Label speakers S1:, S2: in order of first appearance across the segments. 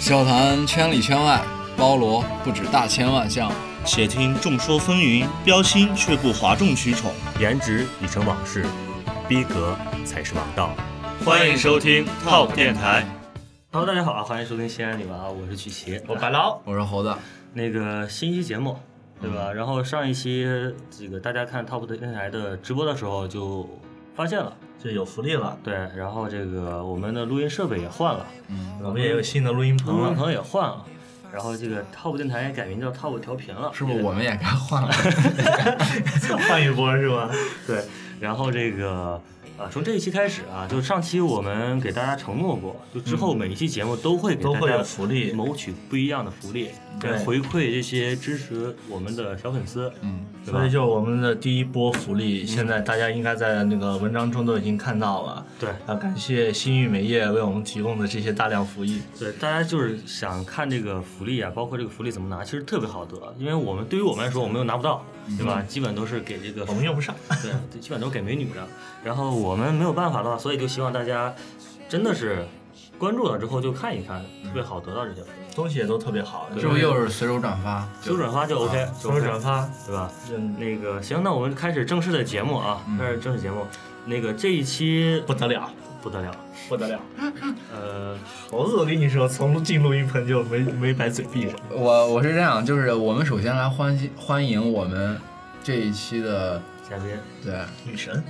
S1: 笑谈圈里圈外，包罗不止大千万项。
S2: 且听众说纷纭，标新却不哗众取宠。
S3: 颜值已成往事，逼格才是王道。
S2: 欢迎收听 Top 电台。
S3: Hello，大家好啊，欢迎收听《西安你娃》，我是曲奇，
S4: 我白嗯劳。
S1: 我是猴子，
S3: 那个新一期节目，对吧？然后上一期这个大家看 Top 的电台的直播的时候就发现了，
S4: 这有福利了，
S3: 对，然后这个我们的录音设备也换了，
S4: 我们也有新的录音棚
S3: 录音
S4: 了。
S3: 棚也换了。然后这个 Top 电台也改名叫 Top 调频了，
S1: 是不是我们也该换了？
S4: 换一波是吧？
S3: 对，然后这个呃，从这一期开始啊，就上期我们给大家承诺过，就之后每一期节目都会
S4: 嗯
S3: 给
S4: 都
S3: 大
S4: 会有
S3: 家嗯
S4: 福利
S3: 谋取不一样的福利，
S4: 对
S3: 来回馈这些支持我们的小粉丝，嗯，对
S4: 所以
S3: 吧？
S4: 就是我们的第一波福利，现在大家应该在那个文章中都已经看到了。
S3: 对
S4: 啊，感谢新域美业为我们提供的这些大量福利。
S3: 对，大家就是想看这个福利啊，包括这个福利怎么拿，其实特别好得，因为我们对于我们来说，我们又拿不到，对
S4: 嗯
S3: 吧？基本都是给这个
S4: 我们用不上，
S3: 对，基本都是给美女的。然后我们没有办法的话，所以就希望大家真的是关注了之后就看一看，特别好得到这些福利。
S4: 东西也都特别好，
S1: 是不是又是随手转发？
S3: 手转发就 OK，
S4: 从啊转发，
S3: 对吧？
S4: 嗯，
S3: 那个行，那我们开始正式的节目啊，开始正式节目。那个这一期
S4: 不得了，
S3: 不得了，
S4: 不得了。
S3: 呃，
S4: 猴子，我跟你说，从进录音棚就没没把嘴闭上。
S1: 我我是这样，就是我们首先来欢喜欢迎我们这一期的，
S3: 嘉宾，
S1: 对
S4: 女神，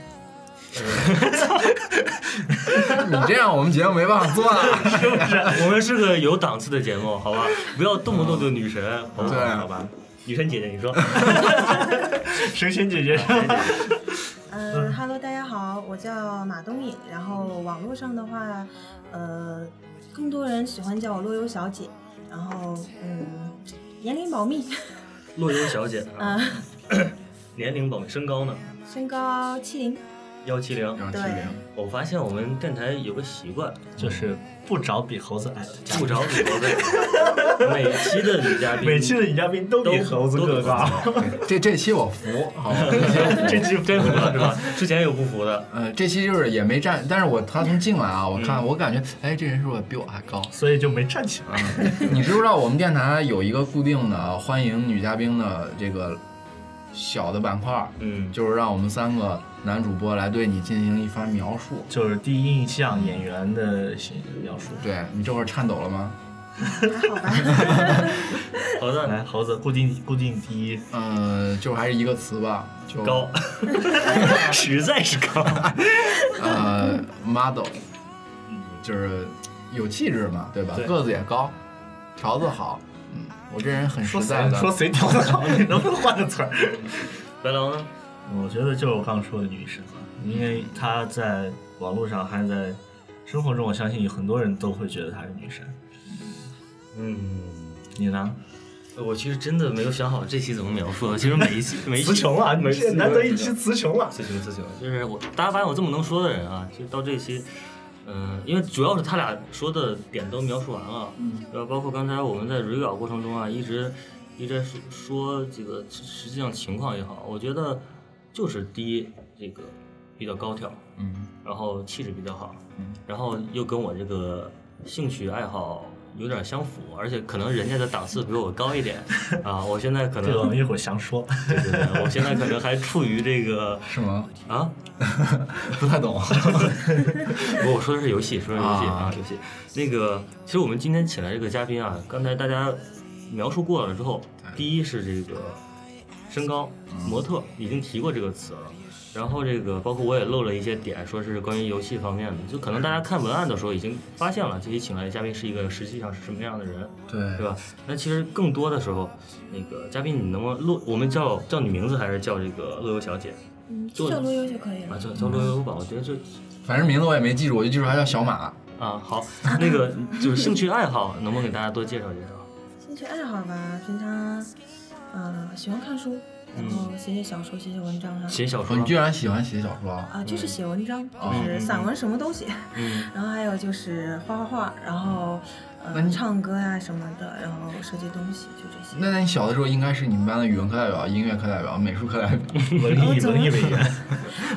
S1: 你这样我们节目没办法做啊 了。
S3: 我们是个有档次的节目，好吧？不要动不动就女神，好吧？
S1: 对
S4: 好吧，
S3: 女神姐姐， 你说，
S4: 神仙姐姐，
S5: 嗯哈喽，大家好，我叫马东颖，然后网络上的话，呃，更多人喜欢叫我洛优小姐，然后嗯，年龄保密，
S3: 洛优小姐，啊
S5: 嗯、
S3: 年龄保密，身高呢？
S5: 身高七零，
S3: 幺七零。
S1: 然后七
S5: 对
S1: 零，
S3: 我发现我们电台有个习惯，
S4: 就是不找比猴子矮的嘉
S3: 不
S4: 宾，
S3: 找女 的，每期的女嘉宾，
S4: 每期的女嘉宾都比猴子个高。
S1: 这这期我服，好吧？这期我服
S3: 这期真服了是吧？之前有不服的，
S1: 呃，这期就是也没站，但是我他从进来啊，我
S3: 嗯
S1: 看我感觉，哎，这人是不是比我还高？
S4: 所以就没站起来。
S1: 你知不知道我们电台有一个固定的欢迎女嘉宾的这个小的板块儿，
S3: 嗯，
S1: 就是让我们三个男主播来对你进行一番描述。
S4: 就是第一印象演员的描述。
S1: 对你这会儿颤抖了吗？
S5: 还 好吧？
S3: 好的，
S4: 来，猴子固定固定第一，
S1: 嗯、就还是一个词吧，就
S3: 高， 实在是高。
S1: 呃 model，就是有气质嘛，对吧？
S3: 对
S1: 个子也高，条子好，嗯，我这人很实
S4: 说
S1: 在
S4: 谁
S1: 的。
S4: 说谁调的好，你能不能换个词儿？
S3: 白狼呢？
S4: 我觉得就是我刚刚说的女神啊，因为她在网络上还是在生活中，我相信有很多人都会觉得她是女神。
S3: 嗯，
S4: 你呢？
S3: 我其实真的没有想好这期怎么描述的。其实每一期 每一期
S4: 词穷了，
S3: 每
S4: 你
S3: 一期
S4: 这难得一期词穷了。
S3: 词穷词穷，就是我大家发现我这么能说的人啊，就到这期。嗯，因为主要是他俩说的点都描述完了，嗯，然后包括刚才我们在蕊稿过程中啊，一直一直在说说这个实际上情况也好，我觉得就是第一这个比较高挑，
S1: 嗯，
S3: 然后气质比较好，
S1: 嗯
S3: 然后又跟我这个兴趣爱好有点相符，而且可能人家的档次比我高一点啊。我现在可
S4: 这个我
S3: 能
S4: 们一会儿详说。
S3: 对对对，我现在可能还处于这个
S1: 是吗？
S3: 啊，
S1: 不太懂。
S3: 不，我说的是游戏，说的是游戏
S1: 啊
S3: 啊，游戏。那个，其实我们今天请来这个嘉宾啊，刚才大家描述过了之后，第一是这个身高模特已经提过这个词了，然后这个包括我也漏了一些点，说是关于游戏方面的，就可能大家看文案的时候已经发现了，这期请来的嘉宾是一个实际上是什么样的人，
S1: 对
S3: 对吧？那其实更多的时候，那个嘉宾你能不能露？我们叫叫你名字还是叫这个乐游小姐
S5: 嗯，就叫洛优就可以
S3: 啊？
S5: 了。
S3: 叫叫乐游吧，我觉得这
S1: 反正名字我也没记住，我就记住他叫小马。
S3: 啊，好，那个就是兴趣爱好，能不能给大家多介绍介绍？
S5: 兴趣爱好吧，平常呃喜欢看书，然
S1: 嗯
S5: 后写写小说，写写文章啊，
S3: 写小
S1: 哦
S3: 说
S1: 你，居然喜欢写小说啊？
S5: 啊就是写文章，就
S1: 嗯
S3: 嗯嗯
S5: 是散文什么都写。
S3: 嗯，
S5: 然后还有就是画画画，然后
S1: 那
S5: 呃
S1: 你
S5: 唱歌呀、什么的，然后设计东西，就这些。
S1: 那你小的时候应该是你们班的语文课代表、音乐课代表、美术课代表，
S4: 文艺文艺委员，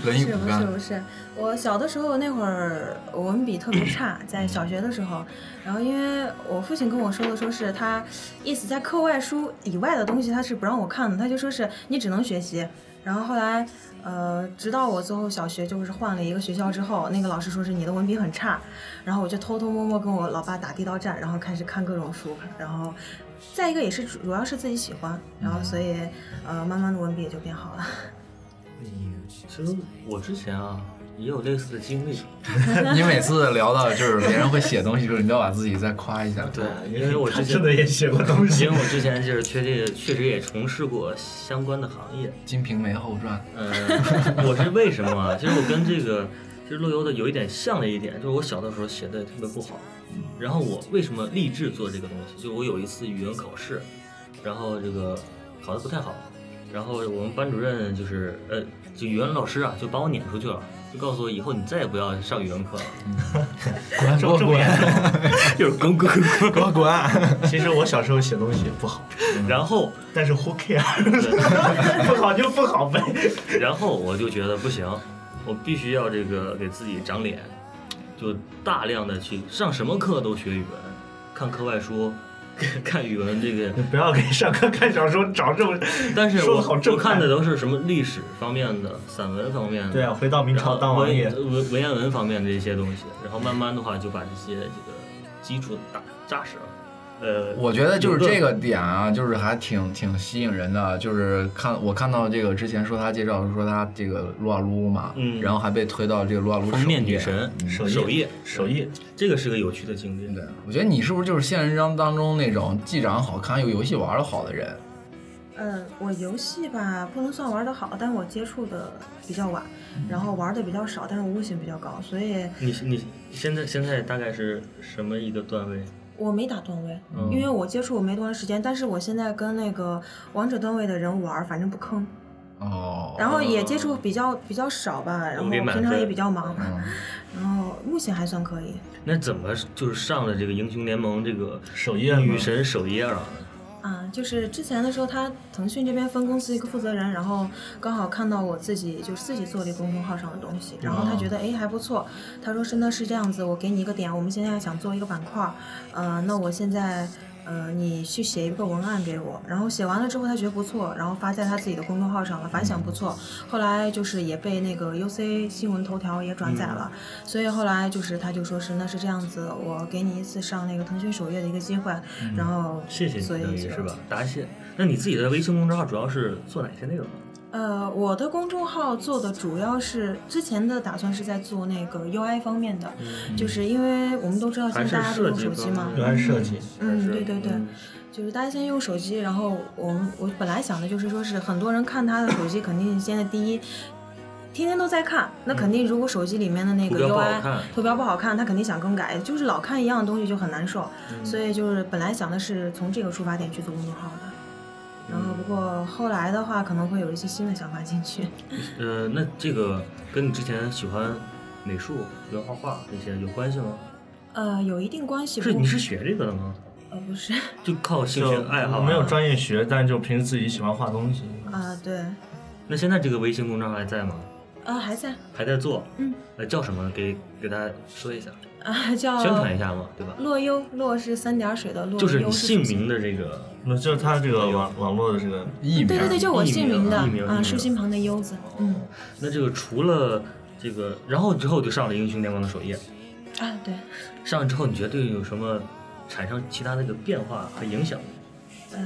S1: 文艺
S5: 是
S1: 骨
S5: 不是
S1: 干，
S5: 不是，我小的时候那会儿文笔特别差，在小学的时候，然后因为我父亲跟我说的，说是他意思在课外书以外的东西他是不让我看的，他就说是你只能学习。然后后来，呃，直到我最后小学就是换了一个学校之后，那个老师说是你的文笔很差，然后我就偷偷摸摸跟我老爸打地道战，然后开始看各种书，然后再一个也是主主要是自己喜欢，然后所以呃慢慢的文笔也就变好了。
S3: 其实我之前啊也有类似的经历，
S1: 你每次聊到就是别人会写东西的时候，你都要把自己再夸一下。
S3: 对，因为我之前
S4: 哎真的也写过东西
S3: 因。为我之前就是确实确实也从事过相关的行业。
S1: 《金瓶梅后传》
S3: 呃， 我是为什么啊？其实我跟这个其实陆游的有一点像的一点，就是我小的时候写的特别不好。然后我为什么立志做这个东西？就我有一次语文考试，然后这个考得不太好，然后我们班主任就是呃，就语文老师啊，就把我撵出去了，就告诉我以后你再也不要上语文课
S1: 滚
S3: 了，
S1: 滚滚
S3: 就是滚滚滚滚。
S1: 滚滚！
S4: 其实我小时候写东西不好，
S3: 然后
S4: 但是 who care，不好就不好呗。
S3: 然后我就觉得不行，我必须要这个给自己长脸，就大量的去上什么课都学语文，看课外书，看语文这 个。
S4: 你不要给上课看小说找这种，
S3: 但是
S4: 说
S3: 我
S4: 的好正
S3: 我看
S4: 派
S3: 的都是什么历史方面的、散文方面 的，
S4: 对啊，回到明
S3: 然后
S4: 朝当王
S3: 文
S4: 爷，
S3: 文文言文方面的一些东西，然后慢慢的话就把这些这个基础打扎实了。呃，
S1: 我觉得就是这个点啊，就是还挺挺吸引人的。啊就是看我看到这个之前说他介绍说他这个撸啊撸嘛，
S3: 嗯
S1: 然后还被推到这个撸啊撸
S3: 封面
S1: 首页
S3: 女神
S4: 首
S3: 首
S4: 页
S3: 页，嗯
S4: 首页，
S3: 这个是个有趣的经历。
S1: 对，我觉得你是不是就是现实当当中那种既长好看又游戏玩的好的人？
S5: 嗯，我游戏吧不能算玩的好，但我接触的比较晚，
S3: 嗯
S5: 然后玩的比较少，但是我悟性比较高，所以
S3: 你你现在现在大概是什么一个段位？
S5: 我没打段位，
S3: 哦
S5: 因为我接触我没多长时间，但是我现在跟那个王者段位的人玩，反正不坑，
S1: 哦，
S5: 然后也接触比较比较少吧，然后
S3: 给满
S5: 平常也
S3: 分哦
S5: 比较忙，
S1: 嗯
S5: 然后悟性还算可以。
S3: 那怎么就是上了这个英雄联盟这个
S4: 首页
S3: 女
S4: 女神，
S3: 神首页啊？
S5: 啊，就是之前的时候，他腾讯这边分公司一个负责人，然后刚好看到我自己就是自己做了一个公众号上的东西，然
S3: 哦
S5: 后他觉得哎还不错，他说是那是这样子，我给你一个点，我们现在想做一个板块儿，呃，那我现在呃你去写一个文案给我，然后写完了之后他觉得不错，然后发在他自己的公众号上了，反响不错，后来就是也被那个 UC 新闻头条也转载了，
S3: 嗯
S5: 所以后来就是他就说是那是这样子，我给你一次上那个腾讯首页的一个机会，然后
S3: 嗯谢谢你，
S5: 所
S3: 等
S5: 以
S3: 于是
S5: 就
S3: 吧？答谢。那你自己的微信公众号主要是做哪些内容？啊
S5: 呃，我的公众号做的主要是之前的打算是在做那个 UI 方面的，就是因为我们都知道现在大
S3: 嗯还
S5: 家
S3: 是
S5: 都
S3: 设
S5: 用
S3: 计
S5: 手机嘛
S3: 方，
S4: 原来设计，
S5: 嗯，
S3: 是
S5: 对对对，
S3: 嗯
S5: 就是大家先用手机，然后我们我本来想的就是说是很多人看他的手机，肯定现在第一。天天都在看，那肯定如果手机里面的那个
S3: 嗯图标不好
S5: UI
S3: 看
S5: 图标不好看，他肯定想更改，就是老看一样的东西就很难受。
S3: 嗯
S5: 所以就是本来想的是从这个出发点去做公众号的，然
S3: 嗯
S5: 后不过后来的话可能会有一些新的想法进去。
S3: 呃，那这个跟你之前喜欢美术、喜欢画画这些有关系吗？
S5: 呃，有一定关系。
S3: 是
S5: 不
S3: 你是学这个的吗？
S5: 呃不是
S3: 就靠兴趣
S4: 就
S3: 爱好啊？
S4: 没有专业学，但就平时自己喜欢画东西。
S5: 啊、对，
S3: 那现在这个微信公众号还在吗？
S5: 呃还在
S3: 还在做？
S5: 嗯。
S3: 呃，叫什么？给给大家说一下，
S5: 啊叫
S3: 宣传一下嘛，对吧？
S5: 洛优，洛是三点水的洛，
S3: 就是你
S5: 优
S3: 姓
S5: 什么
S3: 名的这个
S4: 那就是他这个网网络的这个
S1: 艺名
S5: 对对对，就我
S3: 艺
S5: 姓
S3: 名
S5: 名的
S3: 艺名艺
S5: 啊，
S3: 名
S5: 竖心旁的优字，嗯
S3: 那这个除了这个，然后之后就上了英雄联盟的首页，
S5: 啊对，
S3: 上了之后你觉得对你有什么产生其他的一个变化和影响？
S5: 呃。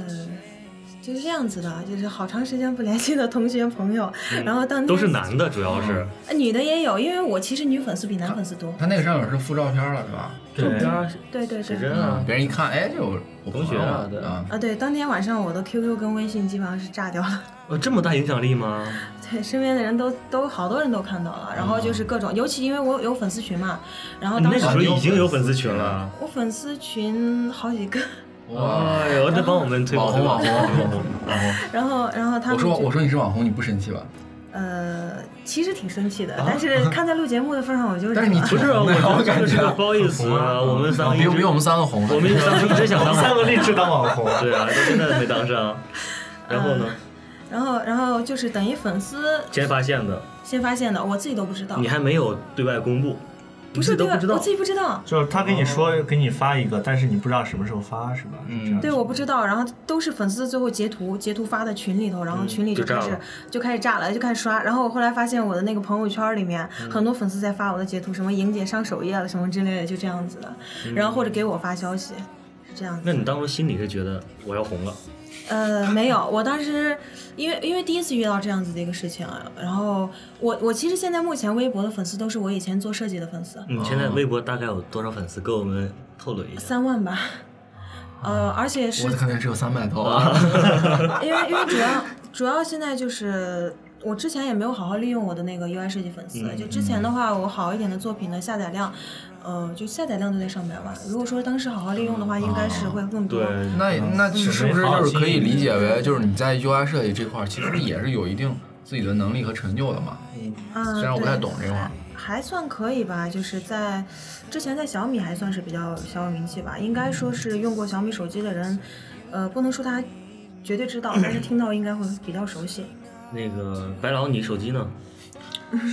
S5: 就是这样子的，就是好长时间不联系的同学朋友，然后当天
S3: 嗯都是男的，主要是
S5: 呃女的也有，因为我其实女粉丝比男粉丝多。
S1: 他那个上面是附照片了，是吧？
S3: 这边儿
S5: 对对
S3: 写
S5: 对
S3: 真，
S1: 嗯
S3: 啊，，
S1: 别人一看，哎，这有我
S3: 同学啊
S1: 啊，
S3: 对
S1: 啊
S5: 啊对，当天晚上我的 QQ 跟微信基本上是炸掉了，
S3: 呃，这么大影响力吗？
S5: 对，身边的人都都好多人都看到了，然后就是各种，尤其因为我有粉丝群嘛，然后
S3: 哦你
S5: 当
S3: 那
S5: 时
S3: 时候已经有粉丝群了，
S5: 我粉丝群好几个，
S1: 哇，
S3: 哎呦，再帮我们推
S1: 网
S3: 广
S1: 红网红
S3: 推
S1: 网
S3: 广
S1: 红网红。网红
S5: 然后然后他
S1: 我
S5: 们
S1: 说
S5: 就
S1: 我说你是网红，你不生气吧？
S5: 呃，其实挺生气的，但是看在录节目的份上，我就
S1: 但是你
S3: 不
S5: 忍
S3: 啊 是啊，
S1: 红
S3: 我
S1: 的我
S3: 觉得这
S1: 感
S3: 个
S1: 觉
S3: 是个不好意思啊，我们三个一
S1: 比
S3: 直
S1: 比我们三个红啊，
S3: 我们三个一直想 当
S4: 三
S3: 网
S4: 个
S3: 红，
S4: 励志当网红，
S3: 对啊，到现在都没当上。然后呢？
S5: 然后然后就是等于粉丝
S3: 先发现的，
S5: 先发现的，我自己都不知道
S3: 你，还没有对外公布，
S5: 不
S3: 你自
S5: 是
S3: 己都
S5: 对
S3: 不
S5: 外，
S3: 知
S5: 我
S3: 道
S5: 自。己不知道，
S4: 就是他给你说给你发一个，但是你不知道什么时候发，是吧？
S1: 嗯
S4: 是这样
S5: 对，我不知道，然后都是粉丝最后截图，截图发到群里头，然后群
S3: 嗯
S5: 里
S3: 就
S5: 就开
S3: 炸
S5: 始、
S3: 了
S5: 就开始炸了，就开始刷。然后我后来发现我的那个朋友圈里面、
S3: 嗯
S5: 很多粉丝在发我的截图，什么莹姐上首页了什么之类的，就这样子的。然后或者给我发消息，是这样子
S3: 嗯那。你当时心里是觉得我要红了，
S5: 呃，没有，我当时因为因为第一次遇到这样子的一个事情啊，然后我我其实现在目前微博的粉丝都是我以前做设计的粉丝，
S1: 嗯
S3: 你现在微博大概有多少粉丝？给我们透露一下。
S5: 三万吧。呃，而且是
S1: 啊我可能只有三百多啊。
S5: 因为因为主要主要现在就是我之前也没有好好利用我的那个 UI 设计粉
S1: 嗯
S5: 丝，就之前的话，我好一点的作品的下载量，呃，就下载量都得上百万。如果说当时好好利用
S1: 嗯
S5: 的话，应该
S1: 啊
S5: 是会更多。
S3: 对，
S1: 那那是不是就是可以理解为，就是你在 UI 设计这块儿，其实也是有一定自己的能力和成就的嘛？
S5: 嗯，
S1: 虽然我不太
S5: 对
S1: 懂这块儿。
S5: 还算可以吧，就是在之前在小米还算是比较小有名气吧，应该说是用过小米手机的人，呃，不能说他绝对知道，但是听到应该会比较熟悉。
S3: 那个白老，你手机呢？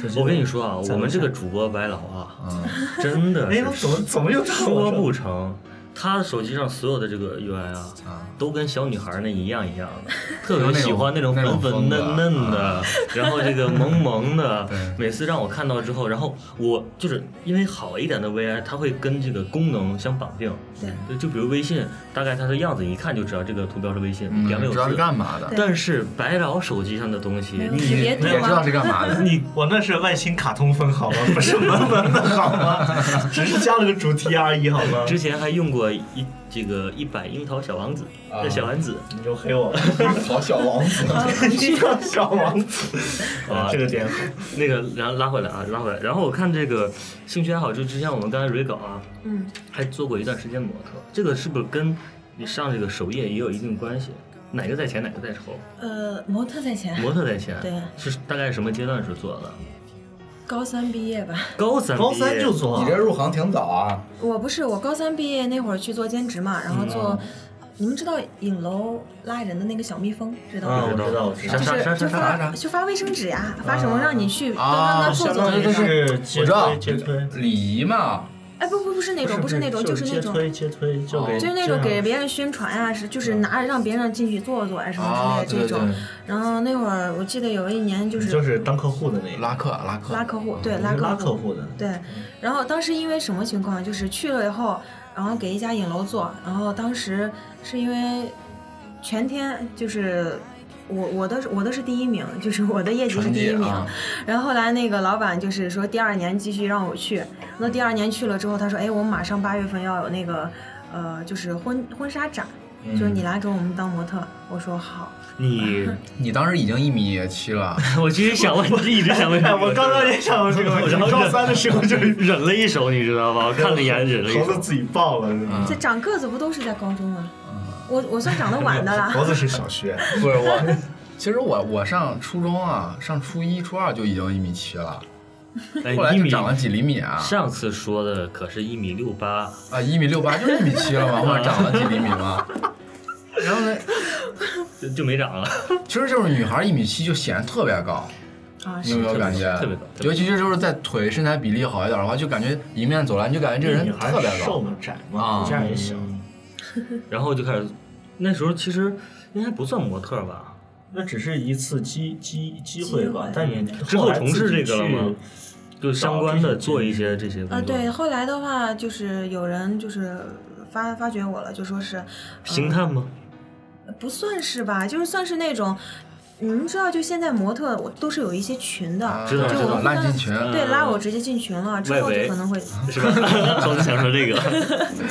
S4: 手机
S3: 我跟你说啊，
S4: 在
S3: 我们这个主播白老啊，
S1: 嗯，
S3: 真的
S4: 哎，我
S3: 是
S4: 怎么怎么又到我
S3: 说
S4: 这儿
S3: 不成，他手机上所有的这个 UI 啊，
S1: 啊
S3: 都跟小女孩那一样一样 的，特
S1: 就
S3: 别
S1: 那种
S3: 喜欢那种
S1: 那
S3: 粉
S1: 种
S3: 粉
S1: 风格
S3: 嫩嫩的
S1: 啊，
S3: 然后这个萌萌的
S1: 对。
S3: 每次让我看到之后，然后我就是因为好一点的 VI，它会跟这个功能相绑定。
S5: 对，
S3: 对，就比如微信，大概它的样子一看就知道这个图标是微信，
S1: 嗯
S3: 两百
S1: 知道是干嘛嗯的，
S3: 但是白老手机上的东西，
S5: 没有
S3: 你
S5: 识别
S1: 你也知
S5: 度
S1: 道
S5: 吗
S1: 是？干嘛的。 嗯
S4: 你我那是外星卡通风好吗？不是萌萌的好 吗？只是加了个主题而已好 吗？
S3: 之前还用过一这个一百樱桃小王子，
S4: 啊
S3: 这小丸子
S4: 你又黑我， 好小王子， 你叫小王子，
S3: 啊
S4: 这个点好。
S3: 那个，然后拉回来啊，拉回来。然后我看这个兴趣爱好，就之前我们刚才蕊稿啊，
S5: 嗯，
S3: 还做过一段时间模特，这个是不是跟你上这个首页也有一定关系？哪个在前，哪个在后？
S5: 呃，模特在前，
S3: 模特在前，
S5: 对
S3: 是大概什么阶段时候做的？
S5: 高三毕业吧。
S3: 高三，
S4: 高三就，做
S1: 你
S4: 啊
S1: 这，入行挺早啊，
S5: 我不是，我高三毕业那会儿去做兼职嘛，然后做，你们知道影楼拉人的那个小蜜蜂，知道
S4: 啊
S5: 吗？
S4: 我知道我知道
S3: 啥
S5: 就
S3: 啥
S5: 是
S3: 啥
S5: 就
S1: 啥
S5: 发
S1: 啥
S5: 就发卫生纸呀，发什么
S4: 啊
S5: 让你去帮
S1: 啊
S5: 他做
S4: 相
S5: 做
S4: 当于
S5: 那个。
S4: 是
S1: 我
S4: 接
S1: 知道
S4: 推接推，
S1: 礼仪嘛，
S5: 哎，不不不是那种，不是那种，就是是
S4: 接
S5: 那种，哦
S4: 推接推，就给
S5: 就是那
S4: 这
S5: 种
S4: 样
S5: 给别人宣传呀，是就是拿着让别人进去坐坐呀什么
S1: 啊
S5: 之类的这
S1: 对对
S5: 种。然后那会儿我记得有一年就
S4: 就是是当客户的那一个，
S1: 拉客拉客
S5: 拉客户，对
S4: 你是拉客
S5: 客户，
S4: 户的，
S5: 对。然后当时因为什么情况，就是去了以后，然后给一家影楼做，然后当时是因为全天就是。我我的是我的是第一名，就是我的业绩是
S1: 成
S5: 第一
S1: 绩
S5: 名。
S1: 啊，
S5: 然后后来那个老板就是说第二年继续让我去，那第二年去了之后，他说，哎，我们马上八月份要有那个，呃，就是婚婚纱展，
S1: 嗯
S5: 就是你来给我们当模特。我说好，
S3: 你，
S1: 你当时已经一米七 了，
S3: 我其实想问，一直 想问这
S4: 哎，
S3: 个，
S4: 我刚刚也想到这个问题，
S3: 然后
S4: 高三的时候 就
S3: 忍了一手，你知 道吧？我看了一眼，忍了一
S4: 猴
S3: 手
S4: 子。自己爆了，是吧
S1: 嗯
S5: 这长个子不都是在高中吗？我我算长得晚的啊了。
S4: 猴子是小学，
S1: 不是我。其实我我上初中啊，上初一、初二就已经一米七了，
S3: 哎
S1: 后来
S3: 一
S1: 就
S3: 米
S1: 长了几厘米啊
S3: 上次说的可是一米六八，
S1: 啊，一米六八就是一米七了嘛，后来长了几厘米 嘛。然后呢，
S3: 就就没长了。
S1: 其实就是女孩一米七就显得特别高，
S5: 啊，
S1: 你有
S5: 是
S1: 没有感觉？
S3: 特别高特别高
S1: 尤其是就是在腿身材比例好一点的话，就感觉迎面走来，你就感觉这个
S4: 女
S1: 人
S4: 孩
S1: 特别
S4: 瘦
S1: 高。
S4: 嘛窄嘛，
S1: 啊
S4: 骨架也小。
S3: 嗯然后就开始，那时候其实应该不算模特吧？
S4: 那只是一次机机机会吧
S5: 机会，
S4: 但你
S3: 嗯之后
S4: 来
S3: 从事这个了吗就相关的做一些这些工作。
S5: 啊，对，后来的话就是有人就是发发掘我了，就说是呃
S3: 星探吗？
S5: 不算是吧，就是算是那种，你们知道，就现在模特我都是有一些群的，
S1: 啊嗯
S3: 知道
S5: 就
S3: 知
S5: 我
S3: 道嗯
S5: 们
S1: 烂进群
S5: 对，拉我直接进群了，之
S3: 外
S5: 后就
S3: 围
S5: 可能会，
S3: 是吧？ 我就想说 这个。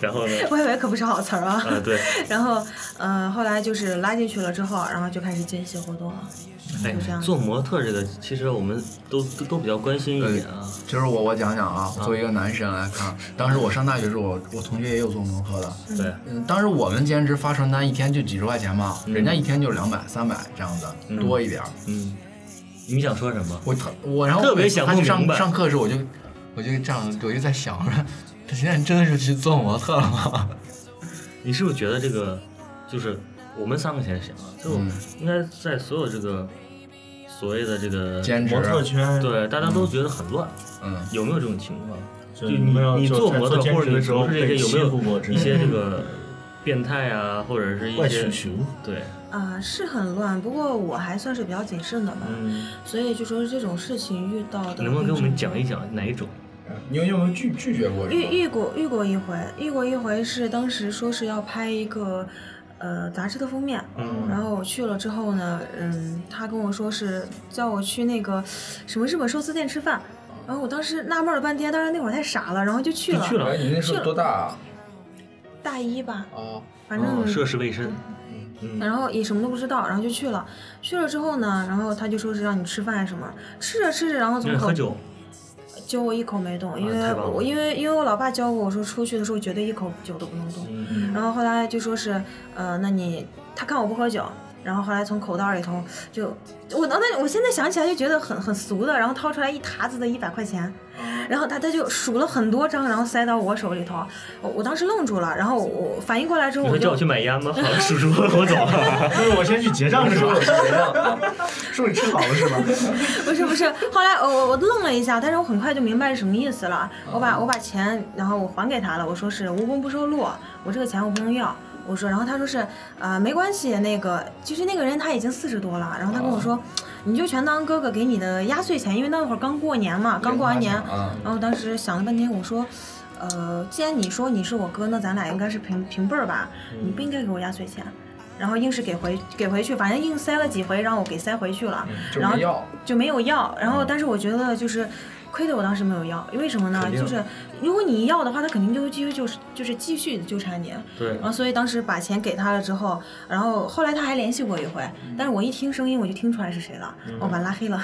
S3: 然后呢？
S5: 外围可不是好词儿啊。
S3: 啊，对，
S5: 然后，呃，后来就是拉进去了之后，然后就开始接一些活动了。
S3: 哎
S5: 就这样，
S3: 做模特这个，其实我们都都都比较关心一点啊。
S1: 其实我我讲讲啊，
S3: 嗯
S1: 作为一个男生来 看，当时我上大学的时候，我我同学也有做模特的，
S3: 对，
S1: 嗯，当时我们兼职发传单一天就几十块钱嘛，
S3: 嗯
S1: 人家一天就两百、三百这样子，多一点儿。
S3: 嗯，你想说什么？
S1: 我特我然后
S3: 特别想
S1: 他
S3: 不
S1: 去
S3: 明
S1: 上
S3: 白
S1: 上课的时候，我就我就这样，我就在想，我说他现在真的是去做模特了吗？
S3: 你是不是觉得这个就是我们三个先想啊，就应该在所有这个所谓的这个
S1: 兼职啊
S4: 模，特圈，
S3: 啊对，大家都觉得很乱，
S1: 嗯，
S3: 有没有这种情况？
S4: 就
S3: 你
S4: 没有
S3: 你
S4: 就
S3: 做
S4: 在
S3: 模特
S4: 兼
S3: 或
S4: 职
S3: 者你
S4: 的时候
S3: 从事这
S4: 被
S3: 些有没
S4: 欺负过
S3: 有
S4: 之类
S3: 一些
S4: 的
S3: 这个变态啊，或者是一
S4: 怪
S3: 些
S4: 叔 叔，
S3: 对，
S5: 啊、是很乱，不过我还算是比较谨慎的吧，
S4: 嗯，
S5: 所以就说这种事情遇到的，
S3: 能不能给我们讲一讲哪一种？
S1: 你有有没有拒拒绝过？
S5: 遇遇过遇过一回，遇过一回是当时说是要拍一个呃杂志的封面，
S4: 嗯
S5: 然后我去了之后呢，嗯，他跟我说是叫我去那个什么日本寿司店吃饭，然后我当时纳闷了半天，当时那会儿太傻了，然后就去了，
S3: 哦去了
S1: 哎，你那时候多大啊？
S5: 大一吧，
S1: 哦，
S5: 反正、
S3: 涉世未深，
S5: 然后也什么都不知道，然后就去了，去了之后呢，然后他就说是让你吃饭什么，吃着吃着，然后
S3: 因
S5: 从
S3: 为
S5: 口
S3: 喝酒，
S5: 酒我一口没动，因
S3: 啊
S5: 为
S3: 太棒了
S5: 我因为因为我老爸教过我说出去的时候绝对一口酒都不能动，
S4: 嗯，
S5: 然后后来就说是，呃，那你他看我不喝酒，然后后来从口袋里头就我当那我现在想起来就觉得很很俗的，然后掏出来一沓子的一百块钱，
S3: 哦
S5: 然后他他就数了很多张，然后塞到我手里头，我我当时愣住了，然后我我反应过来之后
S3: 你
S5: 我
S3: 说叫
S5: 就
S3: 我去买烟吗？好，叔 叔，我走了。
S4: 就是我先去结 账是吧？ 是不是吃好了是吧？
S5: 不是不是，后来我我我愣了一下，但是我很快就明白是什么意思了，我把我把钱然后我还给他了，我说是无功不受禄，我这个钱我不能要。我说，然后他说是，啊、没关系，那个其实那个人他已经四十多了，然后他跟我说，你就全当哥哥给你的压岁钱，因为那会儿刚过年嘛，刚过完年，
S1: 啊，
S5: 然后当时想了半天，我说，呃，既然你说你是我哥，那咱俩应该是平平辈儿吧？你不应该给我压岁钱。然后硬是给回给回去，反正硬塞了几回，让我给塞回去了，
S1: 就
S5: 嗯然后
S1: 没要，
S5: 就没有要。然
S3: 嗯
S5: 后，但是我觉得就是亏得我当时没有要，因为什么呢？就是如果你要的话，他肯定就会继续就是就是继续纠缠你。
S3: 对
S5: 然，后，所以当时把钱给他了之后，然后后来他还联系过一回，
S3: 嗯
S5: 但是我一听声音我就听出来是谁了，我把他拉黑了。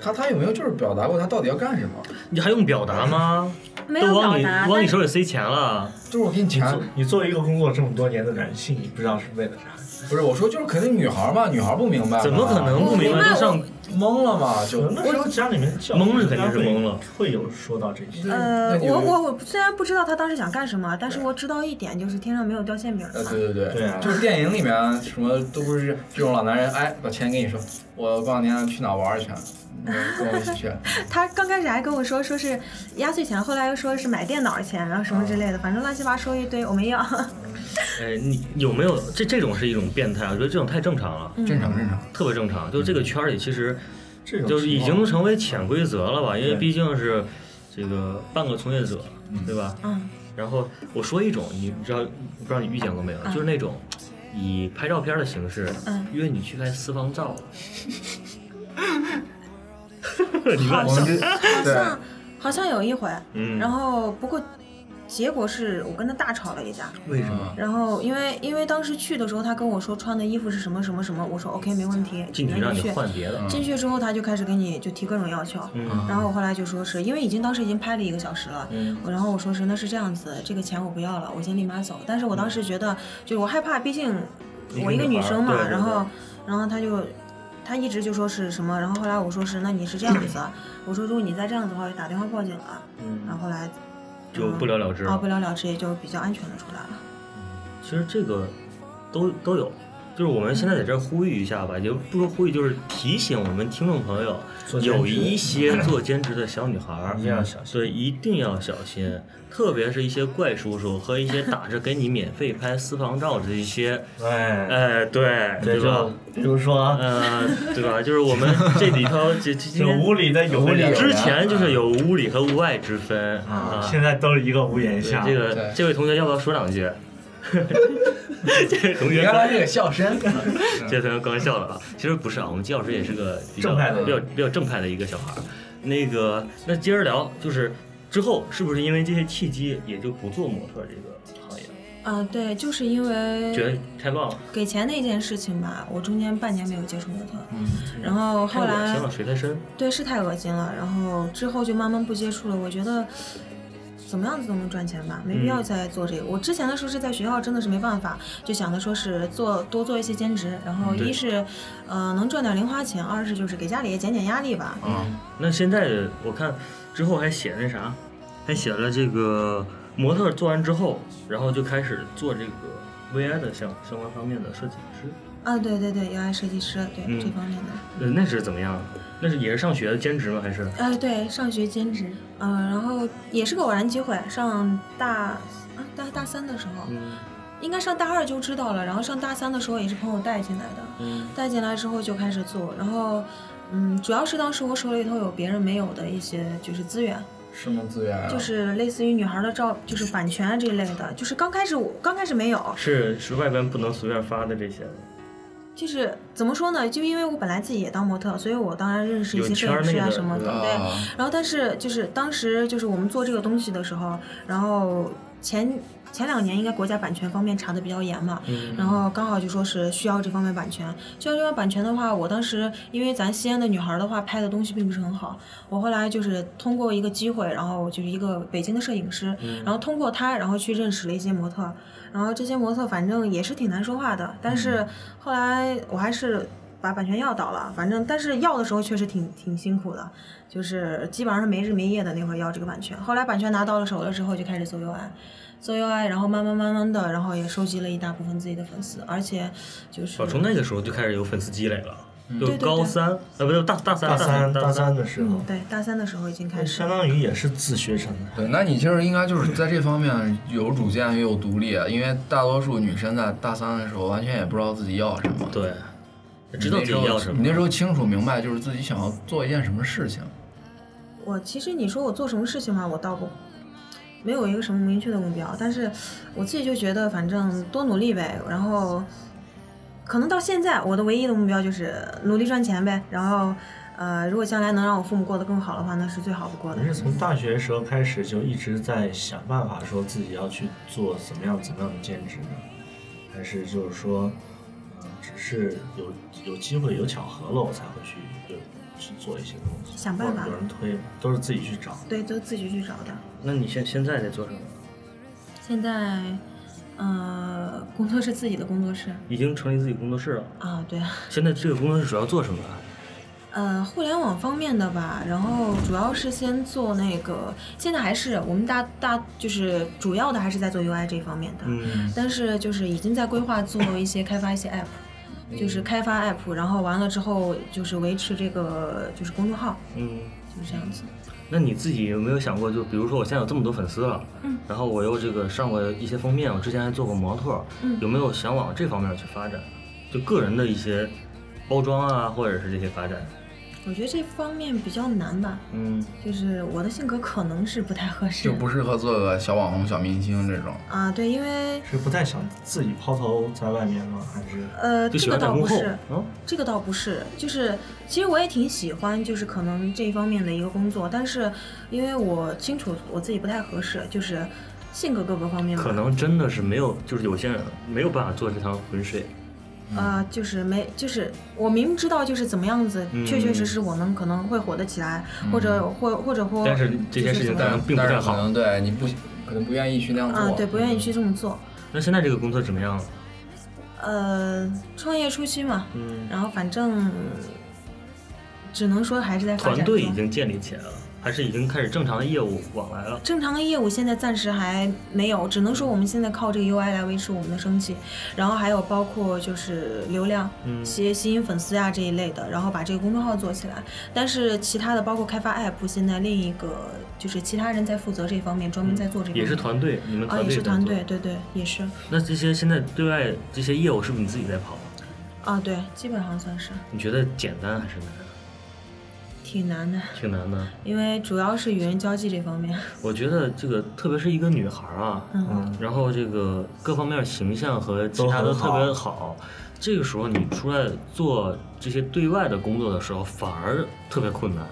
S1: 他他有没有就是表达过他到底要干什么？
S3: 你还用表达吗？
S5: 没有
S3: 嗯都往
S5: 表
S3: 你
S5: 达，
S3: 往
S5: 但
S3: 你手里塞钱了，
S1: 就是我给你钱，
S4: 你作为一个工作这么多年的男性，你不知道是为了啥？
S1: 不是我说就是肯定女孩嘛，女孩不明白嘛，
S3: 怎么可能不
S5: 我
S3: 明
S5: 明
S3: 白
S5: 白
S3: 就
S5: 我
S3: 上？
S1: 懵了嘛？就
S4: 可能那时候家里面教育
S3: 懵是肯定是懵了，
S4: 会有说到这些。
S5: 呃
S1: 那，你
S5: 我
S1: 们
S5: 我我虽然不知道他当时想干什么，但是我知道一点，就是天上没有掉馅饼的
S1: 呃，
S5: 嘛。
S1: 对对对，
S4: 对啊
S1: 就是电影里面什么都不是这种老男人，哎，把钱给你说，我过两天去哪儿玩一圈，你跟我一起去。啊
S5: 他刚开始还跟我说说是压岁钱，后来又说是买电脑的钱，然后什么
S3: 哦
S5: 之类的，反正乱七八说一堆，我没要。
S3: 哎，你有没有这这种是一种变态？我觉得这种太正常了，
S5: 嗯
S1: 正常正常，
S3: 特别正常。就是这个圈儿里其实
S4: 嗯这种
S3: 就是已
S4: 情况
S3: 经成为潜规则了吧？因为毕竟是这个半个从业者，对吧？
S5: 嗯，
S3: 然后我说一种，你知道不知道你遇见过没有？就是那种以拍照片的形式
S5: 嗯
S3: 约你去拍私房照，
S5: 好
S1: 我们
S5: 像
S1: 这
S5: 好
S1: 对
S5: 像好像有一回，
S3: 嗯
S5: 然后不过结果是我跟他大吵了一架。
S3: 为什么？
S1: 嗯
S5: 然后因为因为当时去的时候，他跟我说穿的衣服是什么什么什么，我说 OK 没问题，
S3: 进去
S5: 那
S3: 让你
S5: 去。
S3: 换别的，
S5: 进去之后，他就开始给你就提各种要求，
S3: 嗯
S5: 然后我后来就说是因为已经当时已经拍了一个小时了，
S4: 嗯
S5: 我然后我说是那是这样子，这个钱我不要了，我先立马走。但是我当
S3: 嗯
S5: 时觉得就是我害怕，毕竟我一个女生嘛
S3: 对，对
S5: 然后然后他就他一直就说是什么，然后后来我说是那你是这样子，我说如果你再这样子的话，我就打电话报警了。
S3: 嗯
S5: 然后后来
S3: 就不了了之
S5: 啊
S3: 了
S5: 不。了了之，也就比较安全的出来了。
S3: 其实这个都都有，就是我们现在在这儿呼吁一下吧，也不说呼吁，就是提醒我们听众朋友，
S4: 做兼职嗯
S3: 有一些做兼职的小女孩儿
S4: 一，定要小心。
S3: 对，一定要小心，特别是一些怪叔叔和一些打着给你免费拍私房照的一些，
S4: 哎，
S3: 哎，对，
S4: 对，
S3: 对吧
S4: 就？比如说啊，
S3: 呃，对吧？就是我 们这里头，这这
S4: 就无理的有
S1: 无理
S4: 理
S3: 之前就是有无理和无爱之分
S4: 嗯啊，
S3: 啊。
S4: 现在嗯都是一个屋檐
S3: 对
S4: 下。
S3: 这个
S1: 对
S3: 这位同学要不要说两句？这位同
S1: 你
S3: 学
S1: 看他这个笑声，
S3: 这朋友刚笑了啊！其实不是啊，我们季老师也是个比较
S4: 正派的
S3: 比较比较正派的一个小孩儿。那个，那接着聊，就是之后是不是因为这些契机，也就不做模特这个行业了？
S5: 啊，对，就是因
S3: 觉
S5: 为
S3: 得太乱了，
S5: 给钱那件事情吧，我中间半年没有接触模特，
S3: 嗯
S5: 然后
S3: 太
S5: 后
S3: 恶
S5: 来
S3: 心了，水太深。
S5: 对，是太恶心了。然后之后就慢慢不接触了。我觉得怎么样子都能赚钱吧，没必
S3: 嗯
S5: 要再做这个。我之前的时候是在学校，真的是没办法，就想着说是做多做一些兼职，然后
S3: 对
S5: 一是呃能赚点零花钱，二是就是给家里也减减压力吧。
S1: 嗯，
S3: 那现在我看之后还写那啥，还写了这个模特做完之后，然后就开始做这个 VI 的相相关方面的设计师。
S5: 啊，对对对，UI 设计师，对、
S3: 嗯
S5: 这方面的。
S3: 呃，那是怎么样？那是也是上学兼职吗？还是
S5: 呃，对，上学兼职，嗯、然后也是个偶然机会，上大啊大大三的时候，
S3: 嗯
S5: 应该上大二就知道了，然后上大三的时候也是朋友带进来的，
S3: 嗯
S5: 带进来之后就开始做，然后嗯，主要是当时我手里头有别人没有的一些就是资源，
S1: 什么资
S3: 嗯
S1: 源啊？
S5: 就是类似于女孩的照，就是版权啊这一类的，就是刚开始我刚开始没有，
S3: 是是外边不能随便发的这些，
S5: 就是怎么说呢，就因为我本来自己也当模特，所以我当然认识一
S3: 有
S5: 些摄
S3: 圈儿
S5: 影
S3: 内
S5: 师啊
S3: 的
S5: 什么的，对。
S1: 啊，
S5: 然后但是就是当时就是我们做这个东西的时候，然后前前两年应该国家版权方面查的比较严嘛，
S3: 嗯
S5: 然后刚好就说是需要这方面版权。需要这方面版权的话，我当时因为咱西安的女孩儿的话拍的东西并不是很好，我后来就是通过一个机会，然后就是一个北京的摄影师，然后通过他，然后去认识了一些模特，然后这些模特反正也是挺难说话的，但是后来我还是。把版权要到了，反正但是要的时候确实挺挺辛苦的，就是基本上是没日没夜的那会儿要这个版权。后来版权拿到了手了之后，就开始做 UI，做 UI，然后慢慢慢慢的，然后也收集了一大部分自己的粉丝，而且就是
S3: 哦，从那个时候就开始有粉丝积累了，就
S5: 对对
S3: 高
S5: 对
S3: 三啊，不对，大大三
S4: 大
S3: 三
S4: 三大三的时候
S5: 嗯，对大三的时候已经开始
S4: 相当于也是自学啊成的。
S1: 对，那你其实应该就是在这方面有主见也有独立，啊因为大多数女生在大三的时候完全也不知道自己要什么。
S3: 对，
S1: 你
S3: 知道
S1: 那
S3: 自
S1: 时
S3: 己
S1: 候
S3: 要什
S1: 你
S3: 么。
S1: 那时候清楚明白就是自己想要做一件什么事情。
S5: 我其实你说我做什么事情嘛，我倒不没有一个什么明确的目标，但是我自己就觉得反正多努力呗，然后可能到现在我的唯一的目标就是努力赚钱呗，然后呃，如果将来能让我父母过得更好的话，那是最好不过的
S4: 你。是从大学时候开始就一直在想办法，说自己要去做怎么样怎么样的兼职呢？还是就是说，呃，只是有有机会有巧合了，我才会去就去做一些东西，
S5: 想办法
S4: 或者有人推，都是自己去找。
S5: 对，都自己去找的。
S3: 那你现现在在做什么？
S5: 现在呃，工作室自己的工作室
S3: 已经成立自己工作室了。
S5: 啊，对。
S3: 现在这个工作室主要做什么啊？
S5: 呃，互联网方面的吧，然后主要是先做那个，现在还是我们大大就是主要的还是在做 UI 这方面的，
S3: 嗯，
S5: 但是就是已经在规划做一些开发一些 app，就是开发 app，然后完了之后就是维持这个就是公众号，
S3: 嗯，
S5: 就是这样子。
S3: 那你自己有没有想过，就比如说我现在有这么多粉丝了，
S5: 嗯，
S3: 然后我又这个上过一些封面，我之前还做过模特，
S5: 嗯
S3: 有没有想往这方面去发展？就个人的一些包装啊，或者是这些发展？
S5: 我觉得这方面比较难吧，
S3: 嗯，
S5: 就是我的性格可能是不太合适
S1: 就不适合做个小网红、小明星这种。
S5: 啊，对，因为
S4: 是不太想自己抛头在外面吗？还是
S5: 呃，
S3: 就
S5: 这
S3: 喜
S5: 个
S3: 欢在
S5: 倒
S3: 幕
S5: 不
S3: 后
S5: 是，，
S3: 嗯，
S5: 这个倒不是，就是其实我也挺喜欢，就是可能这一方面的一个工作，但是因为我清楚我自己不太合适，就是性格各个方面
S3: 嗯
S5: 吧
S3: 可能真的是没有，就是有些人没有办法做这趟浑水。
S5: 呃，就是没，就是我明知道就是怎么样子，
S3: 嗯
S5: 确确实实我能可能会火得起来，或者或或者或，
S3: 但是这件事情当
S5: 就是怎
S3: 然
S5: 么
S3: 并不
S1: 但
S3: 太
S1: 是可
S3: 好。
S1: 能对你不可能不愿意去那样
S5: 样
S1: 做。
S5: 嗯啊，对，不愿意去这么做。
S3: 那现在这个工作怎么样了？
S5: 呃，创业初期嘛，
S3: 嗯，
S5: 然后反正只能说还是在发展
S3: 团队
S5: 中
S3: 已经建立起来了，还是已经开始正常的业务往来了？
S5: 正常的业务现在暂时还没有，只能说我们现在靠这个 UI 来维持我们的生计，然后还有包括就是流量、
S3: 嗯
S5: 吸吸引粉丝呀、这一类的，然后把这个公众号做起来。但是其他的包括开发 app，现在另一个就是其他人在负责这方面，专门在做这个、
S3: 也是团队，你们
S5: 啊，
S3: 团
S5: 嗯也
S3: 队
S5: 是
S3: 在
S5: 团
S3: 做
S5: 队，。对对，也是
S3: 那这些现在对外这些业务是不是你自己在跑？
S5: 啊，对，基本上算是
S3: 你觉得简单还是难？
S5: 挺难的，
S3: 挺难的。
S5: 因为主要是与人交际这方面，
S3: 我觉得这个，特别是一个女孩儿啊，
S5: 嗯，
S3: 然后这个各方面形象和其他的
S4: 都
S3: 特
S4: 很好
S3: 别好，这个时候你出来做这些对外的工作的时候，反而特别困难。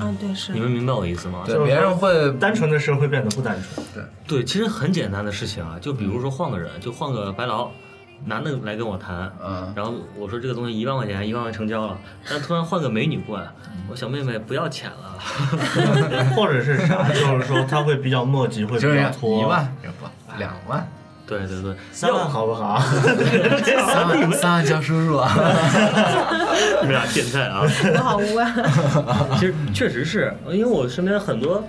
S5: 啊，对是
S3: 嗯你，们明白我意思吗？
S1: 对
S4: 就是
S1: 别人会
S4: 嗯单纯的事会变得不单纯？
S3: 对，其实很简单的事情啊，就比如说换个人，就换个白劳，男的来跟我谈，
S1: 嗯，
S3: 然后我说这个东西一万块钱，一万块成交了，但突然换个美女过来，我小妹妹不要钱了，
S4: 或者是啥？就是说他会比较磨叽，会比
S1: 就是
S4: 较拖。
S1: 一万也不两万，
S3: 对对对，
S4: 三万好 不好？
S1: 三万三万叫叔叔啊。
S3: 你们俩变态啊！
S5: 我好污啊，
S3: 其实确
S4: 嗯
S3: 实是因为我身边很多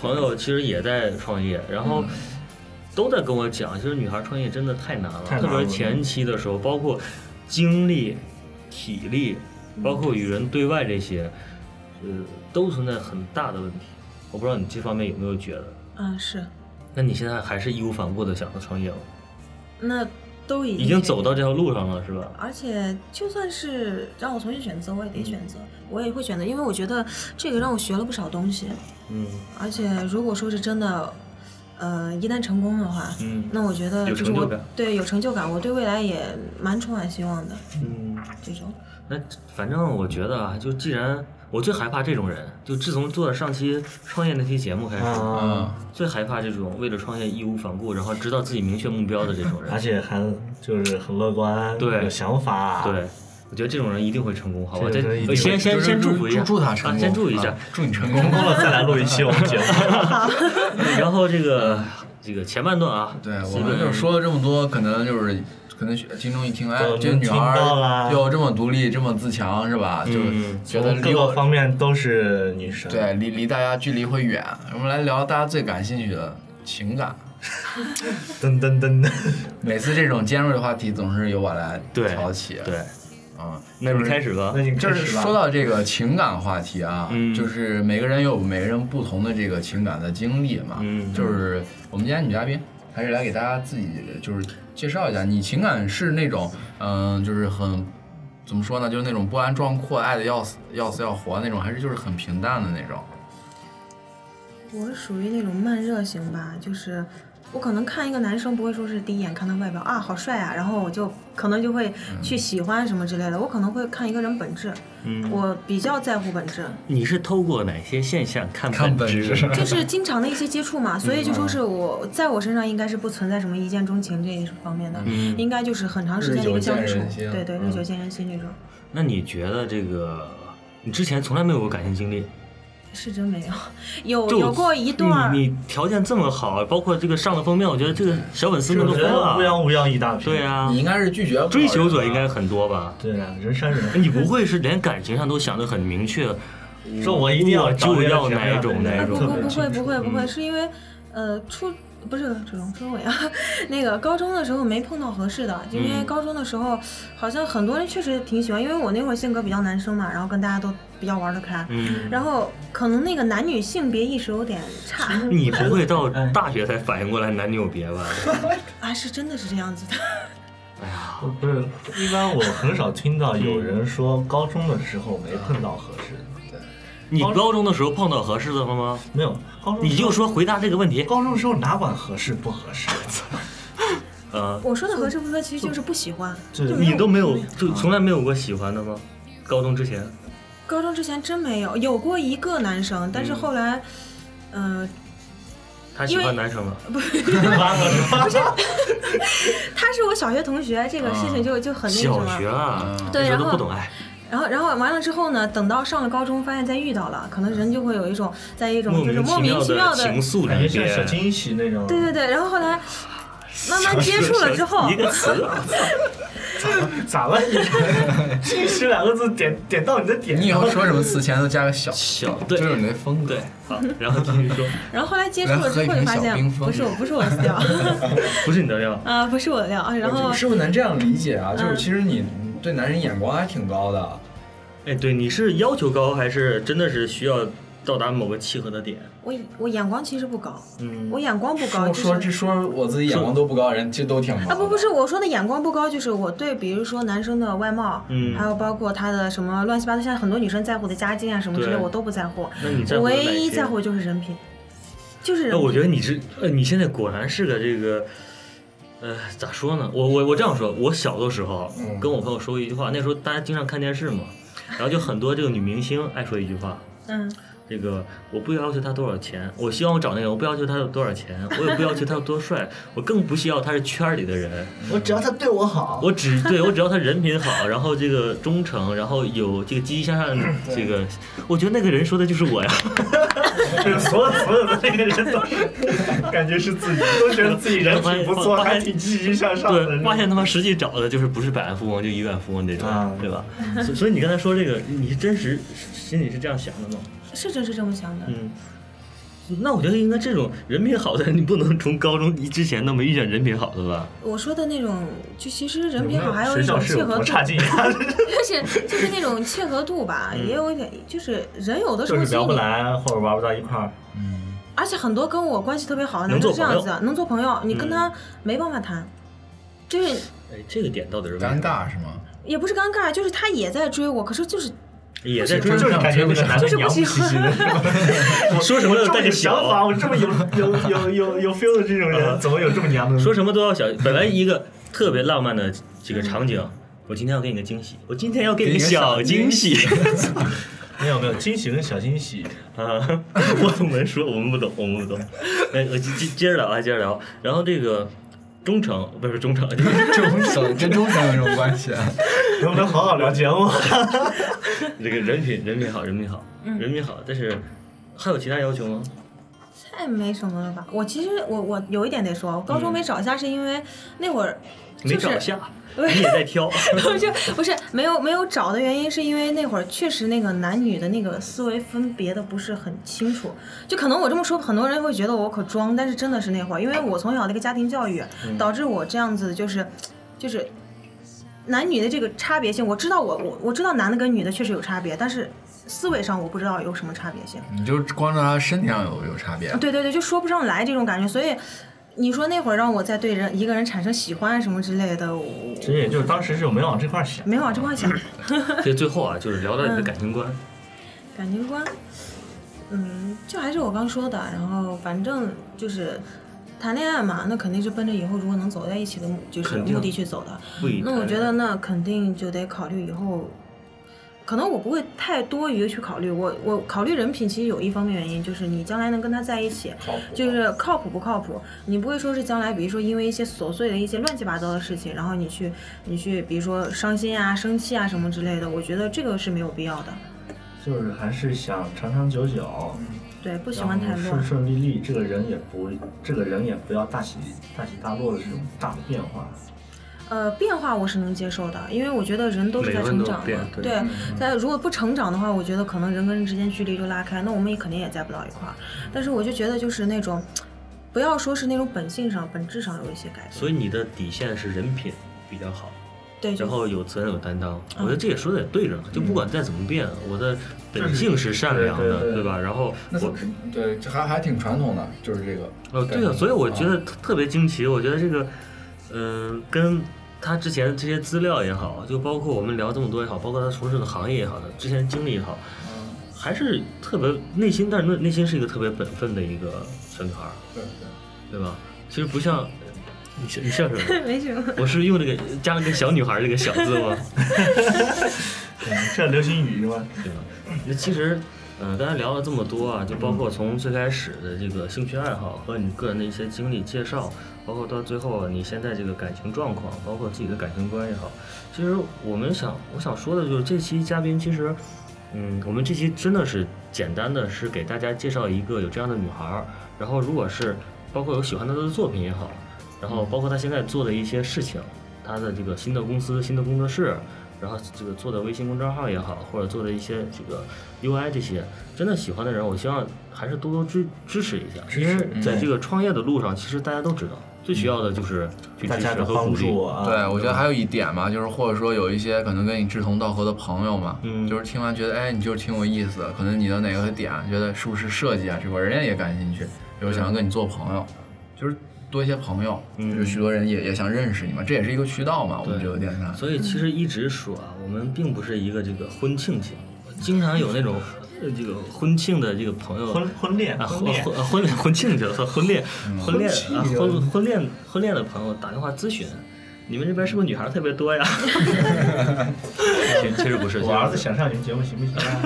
S3: 朋友其实也在创业，然后都在跟我讲，其实女孩创业真的太难了，
S4: 太难
S3: 特
S4: 了嗯
S3: 别是前期的时候，包括精力、体力，包括与人对外这些，呃，都存在很大的问题。我不知道你这方面有没有觉得？
S5: 嗯，是，
S3: 那你现在还是义无反顾的想着创业吗？
S5: 那都已
S3: 已
S4: 嗯
S3: 经走到这条路上了，是吧？
S5: 而且，就算是让我重新选择，我也
S3: 嗯
S5: 得选择，我也会选择，因为我觉得这个让我学了不少东西。
S3: 嗯
S5: 而且，如果说是真的，呃，一旦成功的话，
S3: 嗯
S5: 那我觉得
S3: 有
S5: 就是
S3: 成就
S5: 我
S3: 感
S5: 对有成就感，我对未来也蛮充满希望的。
S3: 嗯。
S5: 这种，
S3: 那反正我觉得啊，就既然我最害怕这种人，就自从做了上期创业那期节目开始，
S4: 啊，
S1: 嗯，
S3: 最害怕这种为了创业义无反顾，然后知道自己明确目标的这种人
S4: 而。且还就是很乐观，
S3: 对
S4: 有想法，
S3: 对，我觉得这种人一定会成功，好吧？
S4: 这
S3: 这
S4: 种人一定会
S3: 先先
S1: 就是
S3: 先祝福一下，
S1: 祝他成
S3: 啊，
S1: 功，
S3: 先祝一下
S1: 啊。，祝你成功
S4: 成。功了再来录一期我们节目。
S3: 然后这个这个前半段啊，
S1: 对，我
S3: 随便
S1: 们就是说了这么多，可能就是可能听众一听，哎
S4: 都，
S1: 这女孩
S4: 听到了
S1: 儿又这么独立，这么自强，是吧？就
S3: 嗯
S1: 觉得
S4: 各
S1: 离
S4: 个
S1: 我
S4: 方面都是女神，
S1: 对离离大家距离会远。我们来聊大家最感兴趣的情感。
S4: 噔噔噔噔，
S1: 每次这种尖锐的话题，总是由我来
S3: 对
S1: 挑起。
S3: 对，
S1: 嗯，
S3: 那你开始吧
S4: 那。你
S1: 就
S4: 开
S1: 是
S4: 始吧
S1: 说到这个情感话题啊，
S3: 嗯
S1: 就是每个人有每个人不同的这个情感的经历嘛。
S3: 嗯
S1: 就是我们今天女嘉宾还是来给大家自己就是介绍一下，你情感是那种嗯、就是很怎么说呢，就是那种波澜壮阔、爱的要死要死要活那种，还是就是很平淡的那种？
S5: 我是属于那种慢热型吧，就是我可能看一个男生不会说是第一眼看他外表啊好帅啊，然后我就可能就会去喜欢什么之类的，我可能会看一个人本质，
S3: 嗯，
S5: 我比较在乎本质，
S3: 你是透过哪些现象看
S1: 看
S3: 本
S1: 本质
S3: 质？
S5: 就是经常的一些接触嘛，所以就说是我在我身上应该是不存在什么一见钟情这一方面的，
S3: 嗯
S5: 应该就是很长时间的一个相
S1: 日久
S5: 处
S1: 见人，心
S5: 对对，
S1: 嗯
S5: 日久见人心这种
S3: 那你觉得这个你之前从来没有过感情经历？
S5: 是真没有，有
S3: 就
S5: 有过一段儿
S3: 嗯你你条件这么好，包括这个上了封面，我觉得这个小粉丝们都
S4: 我
S3: 疯
S4: 觉得乌
S3: 了。
S4: 泱乌泱一大片。
S3: 对啊
S1: 你，应该是拒绝不了
S3: 追求者
S1: 人
S3: 应
S1: 啊
S3: 该很多吧？
S4: 对啊，人山人海。
S3: 你不会是连感情上都想得很明确？
S4: 说我一定要找
S3: 就
S4: 这个
S3: 要
S4: 什么
S3: 哪
S4: 样
S3: 种
S4: 的人
S3: 哪
S5: 啊，
S3: 种
S5: 不
S4: 特别清
S5: 会不会不
S4: 楚
S5: 会不会，是因为呃初不是初中初中呀，啊那个高中的时候没碰到合适的，因为
S3: 嗯
S5: 高中的时候好像很多人确实挺喜欢，因为我那会儿性格比较男生嘛，然后跟大家都比较玩得开，
S3: 嗯，
S5: 然后可能那个男女性别意识有点差
S3: 你不会到大学才反应过来男女有别吧？
S5: 啊，是真的是这样子的，
S4: 不是，一般我很少听到有人说高中的时候没碰到合适的，
S3: 你高中的时候碰到合适的了吗？
S4: 没有。高中
S3: 你就
S4: 说
S3: 说回答这个问题。
S4: 高中的时候哪管合适不合 适？
S3: 呃，
S5: 我说的合适不合适其实就是不喜欢，
S4: 就
S5: 就没
S3: 你
S5: 有
S3: 都没有，就从来没有过喜欢的吗？高中之前，
S5: 高中之前真没有，有过一个男生，但是后来嗯。
S3: 他喜
S5: 因
S3: 欢
S5: 为
S3: 男生了。
S4: 拉合适，
S5: 他是我小学同学，这个事情就就很那个什
S3: 啊小
S5: 么。
S3: 学啊，
S1: 嗯
S5: 对
S3: 那时候
S5: 然
S3: 都
S5: 后
S3: 不懂爱，
S5: 然后，然后完了之后呢，等到上了高中，发现再遇到了，可能人就会有一种在一种就是莫名
S3: 名
S5: 其
S3: 妙
S5: 妙
S3: 的
S5: 的，
S3: 情愫
S4: 感
S3: 里
S4: 觉像小
S3: 边。
S4: 惊喜那种。
S5: 对对对。然后后来慢慢接触了之后
S3: 一，个词啊，
S4: 咋了？惊喜两个字点点到你的点
S1: 你以后说什么词前都加个 小，
S3: 小
S1: 这
S3: 对
S1: 就是你的风格。
S3: 对，好，然后继续说，
S5: 然后后来接触了之
S1: 来
S5: 后，就发
S1: 喝一瓶小冰
S5: 现
S1: 峰
S5: 不是我，不是我的料
S3: 不是你的料。
S5: 啊，不是我的料。啊然后
S1: 是不是能这样理解啊？就是
S5: 嗯
S1: 其实你对男人眼光还挺高的。
S3: 哎，对，你是要求高，还是真的是需要到达某个契合的点？
S5: 我我眼光其实不高，
S3: 嗯
S5: 我眼光不高，
S1: 说说
S5: 啊
S1: 这
S5: 就是
S1: 说我自己眼光都不高，人这都挺高的
S5: 啊不不是我说的眼光不高，就是我对比如说男生的外貌，
S3: 嗯
S5: 还有包括他的什么乱七八糟，现在很多女生在乎的家境啊什么之类，
S3: 对
S5: 我都不在乎，
S3: 那你在
S5: 我
S3: 乎
S5: 唯
S3: 哪
S5: 一
S3: 些
S5: 在乎就是人品，就是
S3: 那
S5: 人
S3: 我
S5: 品。
S3: 觉得你是，呃，你现在果然是个这个，呃，咋说呢？我我我这样说，我小的时候
S1: 嗯
S3: 跟我朋友说过一句话，那时候大家经常看电视嘛，然后就很多这个女明星爱说一句话，
S5: 嗯，
S3: 这个我不要求他多少钱，我希望我找那个，我不要求他有多少钱，我也不要求他有多帅，我更不需要他是圈儿里的人，
S4: 我只要他对我好，
S3: 我只对我只要他人品好，然后这个忠诚，然后有这个积极向上，这个我觉得那个人说的就是我呀。
S4: 所有所有的那个人都是感觉是自己，都觉得自己人挺不错，
S3: 发现
S4: 还挺积极向上的那
S3: 对，
S4: 种。
S3: 发现他妈实际找的就是不是百万富翁就亿万富翁这种，
S4: 啊
S3: 对吧？所所以你刚才说这个，你是真实心里是这样想的吗？
S5: 是真是这么想的。
S3: 嗯，那我觉得应该这种人品好的，你不能从高中之前都没遇见人品好的吧？
S5: 我说的那种，就其实人品好，还有
S4: 学
S5: 一
S4: 校
S5: 种
S4: 是
S5: 契
S4: 有
S5: 合
S4: 多
S5: 度，
S4: 差劲啊，
S5: 就是就是那种契合度吧，也有一点，就是人有的时
S4: 就
S5: 候
S4: 是
S5: 其实
S4: 聊不
S5: 你
S4: 来或者玩不到一块儿。
S5: 而且很多跟我关系特别好的
S3: 能
S5: 男
S3: 做
S5: 生是这样
S3: 朋
S5: 子的，能做朋友，你跟他没办法谈，就是
S3: 哎，这个点到底是为什么
S1: 尴，尬是 吗？
S5: 也不是尴尬，就是他也在追我，可是就是
S3: 也在追
S4: 就
S1: 不
S4: 是感觉那个男的
S5: 就是不
S4: 娘不
S5: 喜
S4: 兮兮的，是吧
S3: 说什么
S4: 我
S3: 都
S4: 这么
S3: 带
S4: 有
S3: 着
S4: 想
S3: 小。啊嗯
S4: 法，我这么有有有有有 feel 的这 种人，怎么有这么娘的？
S3: 说什么都要小。本来一个特别浪漫的这个场景，我今天要给你个惊喜，我今天要给你个小惊喜。
S4: 没有没有惊喜跟小惊喜，
S3: 啊， 我们说我们不懂，我们不懂。哎，我接接接着聊啊，接着聊。然后这个忠诚不是忠诚，
S1: 忠诚跟忠诚有什么关系啊？
S4: 能不能好好聊节目？
S3: 这个人品人品好，人品好，人品好。但是还有其他要求吗？
S5: 太没什么了吧。我其实我我有一点得说，我高中没找下是因为那会儿
S3: 没
S5: 就是
S3: 找下，
S5: 对
S3: 你也在挑。
S5: 就不是没有没有找的原因，是因为那会儿确实那个男女的那个思维分别的不是很清楚。就可能我这么说，很多人会觉得我可装，但是真的是那会儿，因为我从小的一个家庭教育，导致我这样子就是就是男女的这个差别性。我知道我我我知道男的跟女的确实有差别，但是思维上我不知道有什么差别性。
S1: 你就光知道他身体上有有差别，啊
S5: 对对对，就说不上来这种感觉，所以。你说那会儿让我再对人一个人产生喜欢什么之类的，我
S4: 其实也就是当时是我没往这块儿想，
S5: 没往这块想。
S3: 所以最后啊，就是聊到你的感情观。
S5: 感情观，嗯，就还是我刚说的，然后反正就是谈恋爱嘛，那肯定是奔着以后如果能走在一起的目就是
S3: 肯定
S5: 目的去走的。
S3: 不以
S5: 那我觉得那肯定就得考虑以后，可能我不会太多余的去考虑，我我考虑人品其实有一方面原因就是你将来能跟他在一起，就是靠谱不靠谱，你不会说是将来比如说因为一些琐碎的一些乱七八糟的事情，然后你去你去比如说伤心啊、生气啊什么之类的，我觉得这个是没有必要的。
S4: 就是还是想长长久久，
S5: 对，不喜
S4: 然
S5: 欢
S4: 后
S5: 太乱
S4: 顺。顺利利，这个人也不，这个人也不要大起大起大落的这种大的变化。
S5: 呃，变化我是能接受的，因为我觉得人都是在成长
S3: 每个
S5: 的
S3: 人。都有变对嗯
S5: 对，但如果不成长的话，我觉得可能人跟人之间距离就拉开，那我们也肯定也在不到一块儿。但是我就觉得就是那种，不要说是那种本性上、本质上有一些改变。
S3: 所以你的底线是人品比较好。
S5: 对，就
S3: 然后有责任有担当，我觉得这也说的也对着呢。就不管再怎么变，我的本性是善良
S4: 对对
S3: 的，
S4: 对
S3: 对吧？然后
S1: 那
S3: 我
S1: 对，这还还挺传统的，就是这个。
S3: 呃，对
S1: 感觉
S3: 啊，所以我觉得特特别惊奇。我觉得这个，嗯，跟他之前这些资料也好，就包括我们聊这么多也好，包括他从事的行业也好，他之前经历也好，还是特别内心，但是内心是一个特别本分的一个小女孩儿，
S1: 对对，
S3: 对吧？其实不像你笑，你笑什么？
S5: 没什么。
S3: 我是用这个加了个小女孩儿这个小字吗？
S4: 嗯，这流星雨吗？
S3: 对吧？那其实，呃，刚才聊了这么多啊，就包括从最开始的这个兴趣爱好和你个人的一些经历介绍，包括到最后啊你现在这个感情状况，包括自己的感情观也好，其实我们想我想说的就是这期嘉宾其实。嗯，我们这期真的是简单的是给大家介绍一个有这样的女孩儿，然后如果是包括有喜欢她的作品也好，
S4: 嗯
S3: 然后包括她现在做的一些事情，她的这个新的公司、新的工作室，然后这个做的微信公众号也好，或者做的一些这个 UI 这些，真的喜欢的人，我希望还是多多支支持一下，因为
S4: 嗯
S3: 在这个创业的路上，其实大家都知道，最需要的就是去
S4: 大
S3: 支
S4: 家
S3: 持
S4: 的
S3: 和
S4: 帮
S3: 鼓励。
S4: 助啊，
S1: 对我觉得还有一点嘛，就是或者说有一些可能跟你志同道合的朋友嘛，
S3: 嗯
S1: 就是听完觉得哎，你就是挺有意思的，可能你的哪个点觉得是不是设计啊这块儿，人家也感兴趣，有想要跟你做朋友，就是多一些朋友，
S3: 嗯
S1: 就是许多人也也想认识你嘛，这也是一个渠道嘛，我们
S3: 对
S1: 这个电台。
S3: 所以其实一直说啊，我们并不是一个这个婚庆节目，经常有那种呃这个婚庆的这个朋友
S4: 婚婚恋
S3: 啊，
S4: 婚
S3: 婚
S4: 恋
S3: 婚婚婚庆去了，婚恋婚
S4: 婚
S3: 恋
S4: 庆
S3: 啊婚婚恋婚恋的朋友打电话咨询，你们这边是不是女孩特别多呀？其实其实不是，其实
S4: 我儿
S3: 不
S4: 子
S3: 是
S4: 想上你们节目行不行 啊？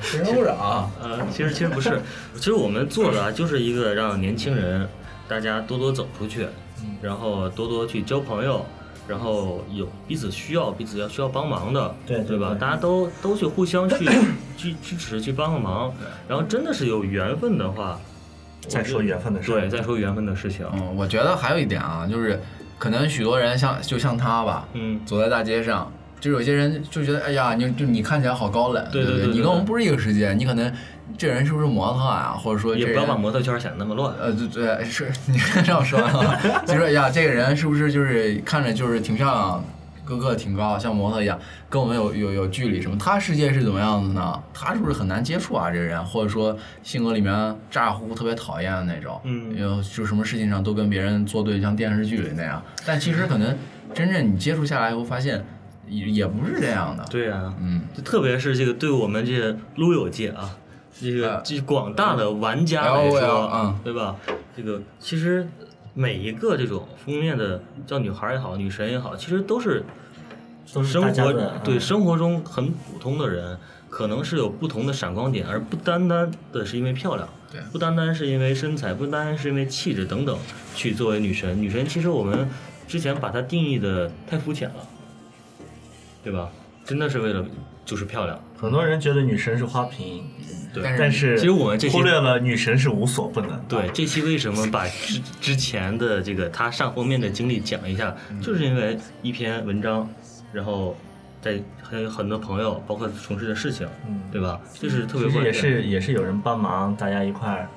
S1: 谁说不扰？
S3: 呃，其实其实不是，其实我们做的啊，就是一个让年轻人大家多多走出去，
S4: 嗯
S3: 然后多多去交朋友，然后有彼此需要、彼此要需要帮忙的，
S4: 对对
S3: 对吧？
S4: 对
S3: 大家都都去互相去去支持、去帮个忙，然后真的是有缘分的话，
S4: 再说缘分的事儿，
S3: 对，再说缘分的事情，
S1: 嗯，我觉得还有一点啊，就是可能许多人像就像他吧，
S3: 嗯，
S1: 走在大街上，就有些人就觉得，哎呀，你就你看起来好高冷，
S3: 对
S1: 不
S3: 对对对
S1: 你跟我们
S3: 对
S1: 不是一个世界，你可能这人是不是模特啊？或者说
S3: 嗯也
S1: 这
S3: 不要把
S1: 人
S3: 模特圈想得那么乱。
S1: 呃，对对，是 你让我说完了，就说呀，这个人是不是就是看着就是挺漂亮，个个挺高，像模特一样，跟我们有有有距离什么？他世界是怎么样子呢？他是不是很难接触啊？这个人，或者说性格里面咋呼呼特别讨厌的那种，
S3: 嗯
S1: 有就什么事情上都跟别人作对，像电视剧里那样。但其实可能真正你接触下来以后，发现也也不是这样的。
S3: 对啊，
S1: 嗯，
S3: 就特别是这个对我们这些撸友界啊，这个
S1: 呃
S3: 这广大的玩家来说，
S1: LOL 嗯
S3: 对吧？这个其实每一个这种封面的叫女孩儿也好，女神也好，其实都是
S4: 都是
S3: 生
S4: 大家
S3: 活
S4: 的
S3: 对
S4: 嗯
S3: 生活中很普通的人，可能是有不同的闪光点，而不单单的是因为漂亮，
S1: 对
S3: 不单单是因为身材，不单单是因为气质等等去作为女神。女神其实我们之前把它定义的太肤浅了，对吧？真的是为了就是漂亮。
S4: 很多人觉得女神是花瓶，
S3: 对
S1: 但是
S4: 但是
S3: 其实我们这些
S4: 忽略了女神是无所不能的。
S3: 对，这期为什么把之之前的这个他上封面的经历讲一下，
S4: 嗯
S3: 就是因为一篇文章，然后在还有很多朋友，包括从事的事情，
S4: 嗯
S3: 对吧？这是特别
S4: 其实
S3: 关
S4: 也
S3: 键。
S4: 是也是有人帮忙，大家一块儿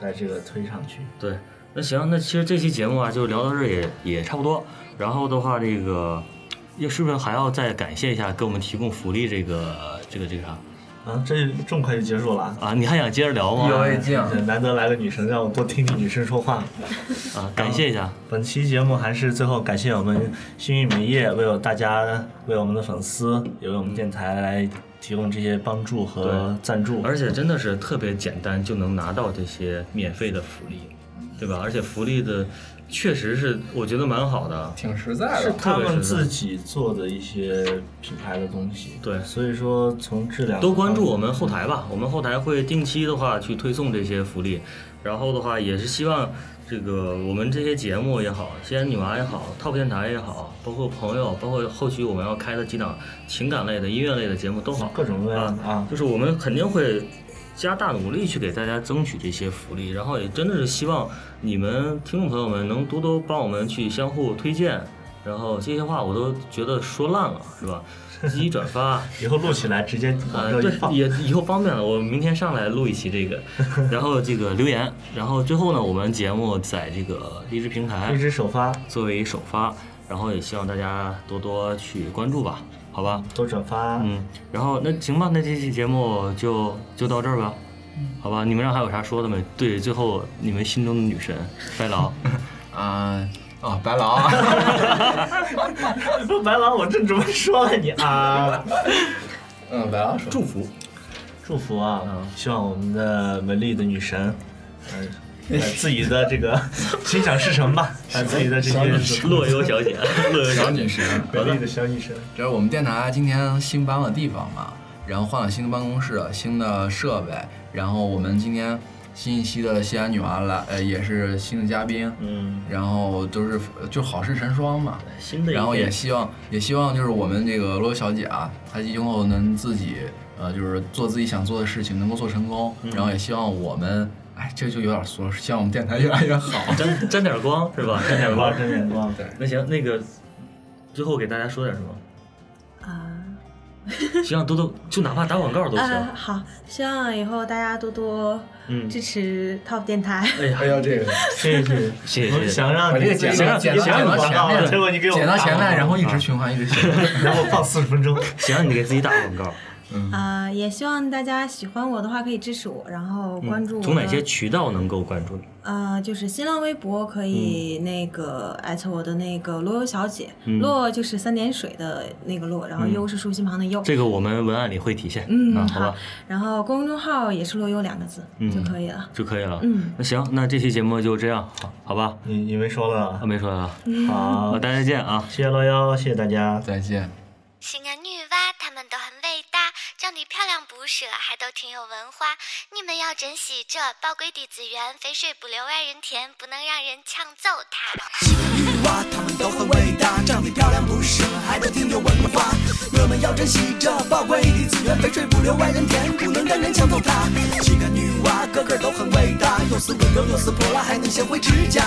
S4: 把这个推上去。
S3: 对，那行，那其实这期节目啊，就聊到这儿也也差不多。然后的话，这个要是不是还要再感谢一下给我们提供福利这个这个这个啥
S4: 啊，这这么快就结束了啊？
S3: 啊？你还想接着聊
S1: 意犹
S3: 吗？
S1: 未尽。
S4: 难得来了女神，让我多听听女生说话。
S3: 啊，感谢一下。
S4: 本期节目还是最后感谢我们幸运美业为我大家、为我们的粉丝，也为我们电台来提供这些帮助和
S3: 对
S4: 赞助。
S3: 而且真的是特别简单就能拿到这些免费的福利，对吧？而且福利的确实是我觉得蛮好的，啊
S1: 挺实在
S4: 是
S1: 的，
S4: 他们自己做的一些品牌的东西，
S3: 对
S4: 所以说从质量
S3: 多关注我们后台吧，我们后台会定期的话去推送这些福利，然后的话也是希望这个我们这些节目也好，西安女娃也好，Top 电台也好，包括朋友，包括后续我们要开的几档情感类的、音乐类的节目都好，
S4: 各种各样的啊，
S3: 就是我们肯定会加大努力去给大家争取这些福利，然后也真的是希望你们听众朋友们能多多帮我们去相互推荐，然后这些话我都觉得说烂了，是吧？积极转发，
S4: 以后录起来直接往
S3: 呃，
S4: 这一
S3: 对，
S4: 放。
S3: 也以后方便了，我明天上来录一期这 个，然后这个留言，然后最后呢，我们节目在这个荔枝平台
S4: 一直首发，
S3: 作为首发，然后也希望大家多多去关注吧，好吧？
S4: 多转发。
S3: 嗯，然后那行吧，那这期节目就就到这儿吧，好吧？你们俩还有啥说的没？对，最后你们心中的女神，白劳，
S1: 啊啊，白劳啊。
S4: 说白狼，我正准备说了你啊，
S1: 嗯，白老鼠。
S3: 祝 福。
S4: 祝福啊！
S1: 嗯
S4: 希望我们的美丽的女神，
S1: 哎
S4: 嗯、呃，自己的 这个心想事成吧，把自己的这些
S3: 洛优小姐，洛优
S1: 小
S3: 小姐，
S1: 女神，啊
S4: 美丽的小女神，
S1: 这是我们电台今天新搬了地方嘛，然后换了新的办公室、新的设备，然后我们今天新一期的西安女娃来，呃，也是新的嘉宾，
S3: 嗯，
S1: 然后都是就好事成双嘛，
S3: 新的一
S1: 然后也
S3: 年
S1: 希望也希望就是我们这个罗小姐啊，她今后能自己呃就是做自己想做的事情，能够做成功，然后也希望我们，哎，这就有点俗了，希望我们电台越来越好。
S3: 沾沾点光是吧？沾点光
S4: 光。真眼光。
S3: 那行，那个最后给大家说点什么？
S5: 啊。
S3: 希望多多，就哪怕打广告都
S5: 啊
S3: 行，。
S5: 好，希望以后大家多多
S3: 嗯
S5: 支持 Top 电台。
S3: 哎呀，
S1: 呀，这个
S4: 谢谢，
S3: 谢谢
S4: 我
S3: 谢谢。
S4: 想让
S1: 把
S4: 你
S1: 这个
S4: 自己
S1: 剪
S3: 行
S1: 到剪到剪
S3: 了行了
S1: 到
S4: 广
S1: 前
S4: 告
S1: 面，
S4: 结果你给我
S1: 剪到前
S4: 打广
S1: 面，
S4: 告
S1: 然后一直循环，一直循环。
S4: 然后放四十分钟。
S3: 行，你给自己打广告。
S5: 啊、也希望大家喜欢我的话可以支持我，然后关注我、
S3: 嗯从哪些？渠道能够关注你？
S5: 呃，就是新浪微博可以那个艾
S3: 嗯
S5: 特我的那个洛优小姐，洛就是三点水的那个洛，然后优是竖心旁的优。
S3: 嗯这个我们文案里会体现。
S5: 嗯
S3: 啊，好
S5: 好
S3: 吧，，嗯
S5: 然后公众号也是“洛优”两个字、就可以了。
S3: 就可以了。
S5: 嗯，
S3: 那行，那这期节目就这样，好好吧？
S4: 你你没说了
S3: 啊，，没说了啊，
S5: 嗯
S1: 嗯
S4: 好
S3: 好，，大家再见啊。
S4: 谢谢六幺，谢谢大家。
S1: 再见。
S6: 西安女娃，她们都很伟大，长得漂亮不说，还都挺有文化。你们要珍惜这宝贵的资源，肥水不流外人田，不能让人抢走它。
S7: 女娲，她们都很伟大，长得漂亮不是，还都挺有文化。我们要珍惜这宝贵的资源，肥水不流外人田，不能让人抢走它。几个女娲个个都很伟大，有时温柔，有时泼辣，还能贤惠持家。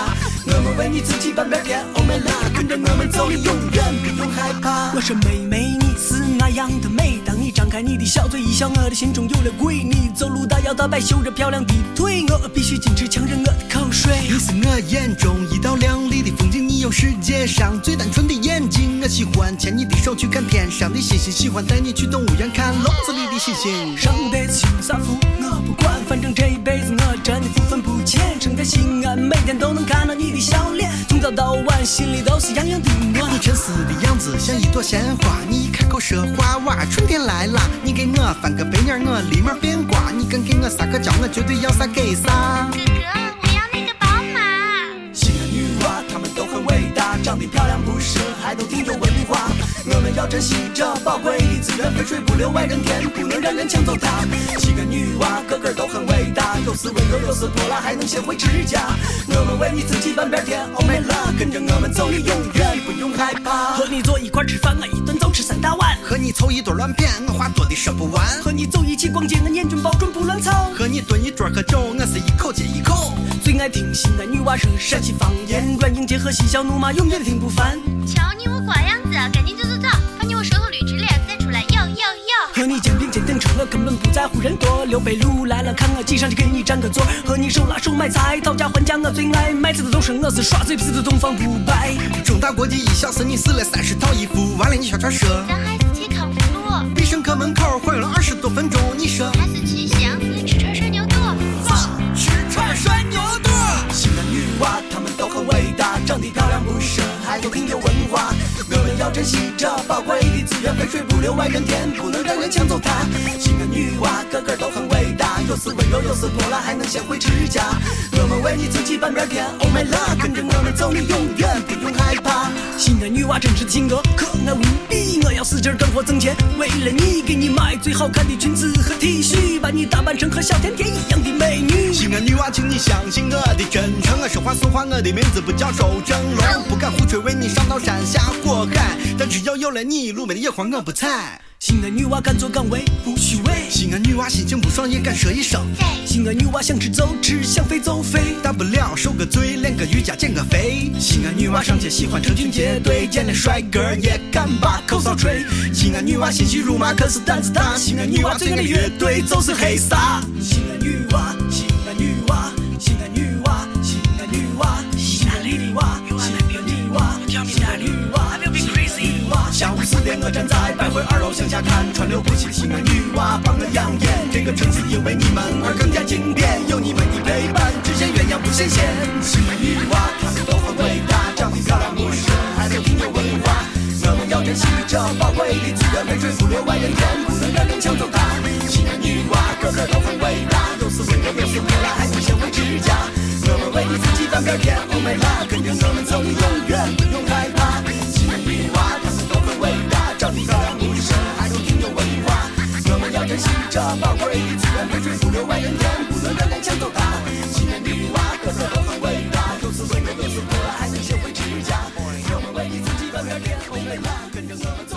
S7: 我们为你自，Oh 己半边天，欧美拉，跟着我们走，你永远不用害怕。我说妹妹，你是。那样的美。当你张开你的小嘴，一笑，我的心中有了鬼。你走路大摇大摆，秀着漂亮的腿，我必须矜持强忍我的口水。
S8: 你是我眼中一道亮丽的风景，你有世界上最单纯的眼睛。我喜欢牵你的手去看天上的星星，喜欢带你去动物园看笼子里的星星。
S7: 上辈子修啥福我不管，反正这一辈子我真的不分不欠。生在西安，每天都能看到你的笑脸，从早到晚心里都是洋洋的暖
S8: 你。沉思的样子像一朵鲜花，你一开口说话哇，春天来啦！你给我翻个白眼儿，我立马变卦。你敢给我撒个娇，我绝对要啥给啥。
S6: 哥哥，我要那个宝马。
S7: 西安女娃，她们都很伟大，长得漂亮不是，还都挺有文化。我们要珍惜这宝贵的资源，肥水不流外人田，不能让人抢走它。西安女娃个个都很伟大，有时温柔，有时泼辣，还能学会持家。我们为你自己半边天，Oh my love，跟着我们走，你永远不用害怕。和你坐一块吃饭，啊我一顿早吃三大碗。
S8: 和你凑一堆乱谝，我话多的说不完。
S7: 和你走一起逛街，我眼睛保准不乱操。
S8: 和你蹲一桌喝酒，我是一口接一口。
S7: 最爱听西安女娃说陕西方言，软硬结合，嬉笑怒骂，永远听不烦。
S6: 瞧你我瓜样子，赶紧走走走，把你我舌头捋直了再出来，哟哟哟！
S7: 和你肩并肩等车，我根本不在乎人多。刘备路来了，看我挤上去给你占个座。和你手拉手买菜，讨价还价我最爱。卖菜的都是我是耍嘴皮子的东方不败。
S8: 中大国际一小时你试了三十套衣服，完了你小船说，
S6: 咱还是去康复路，
S8: 必胜客门口晃悠了二十多分钟，你说。
S6: 还是去西洋寺吃串涮牛肚。
S7: 吃啊串涮牛肚。西安女娃，她们都很伟大，长得漂亮不是，还都挺有文化。我们要珍惜这宝贵的资源，肥水不流外人田，不能让人抢走它。西安女娃个个都很伟大，有时温柔，有时泼辣，还能学会持家。我们为你自己半边天，Oh my love，跟着我们走，你永远不用害怕。西安女娃真是的性格可爱无比，我要使劲干活挣钱，为了你给你买最好看的裙子和 T 恤，把你打扮成和小甜甜一样的美女。
S8: 西安女娃，请你相信我的真诚。我说话算话，我的名字不叫周正龙，不敢胡吹，为你上刀山下火海。但只要有了你，路边的野花我不采。
S7: 西安女娃敢做敢为，不虚伪。
S8: 西安女娃心情不爽也敢说一声，
S7: 西安女娃想吃就吃，想飞就飞。
S8: 大不了受个罪，练个瑜伽减个肥。西安女娃上街喜欢成群结队，见了帅哥也敢把口哨吹。西安女娃心细如麻，可是胆子大。西安女娃最爱的乐队就是黑撒。
S7: 西安女娃，西安女娃，西安女娃，西安女娃，西安女娃，西安女娃，西安女娃，西安女娃。
S8: 下午四点，我站在百汇二楼向下看，川流不息的西安女娃帮我养眼。这个城市因为你们而更加经典，有你们的陪伴，只羡鸳鸯不羡仙。西安女娃，她们都很伟大，长得漂亮不是，还都挺有文化。我们要珍惜这宝贵的资源，肥水不流外人田，不能让人抢走它。西安女娃个个都很伟大，有时温柔，有时泼辣，还能学会持家。我们为你自己翻边天，Oh my love，跟着我们走，你永远不用害怕。西安女娃，她们都很伟大，长得漂亮不是，还都挺有文化。我们要珍惜这宝贵的资源，肥水不流外人田，不能让人抢走它。西安女娃个个都很伟大，有时温柔，有时泼辣，还能学会持家。我们为你自己翻边天，Oh my love，跟着我们走。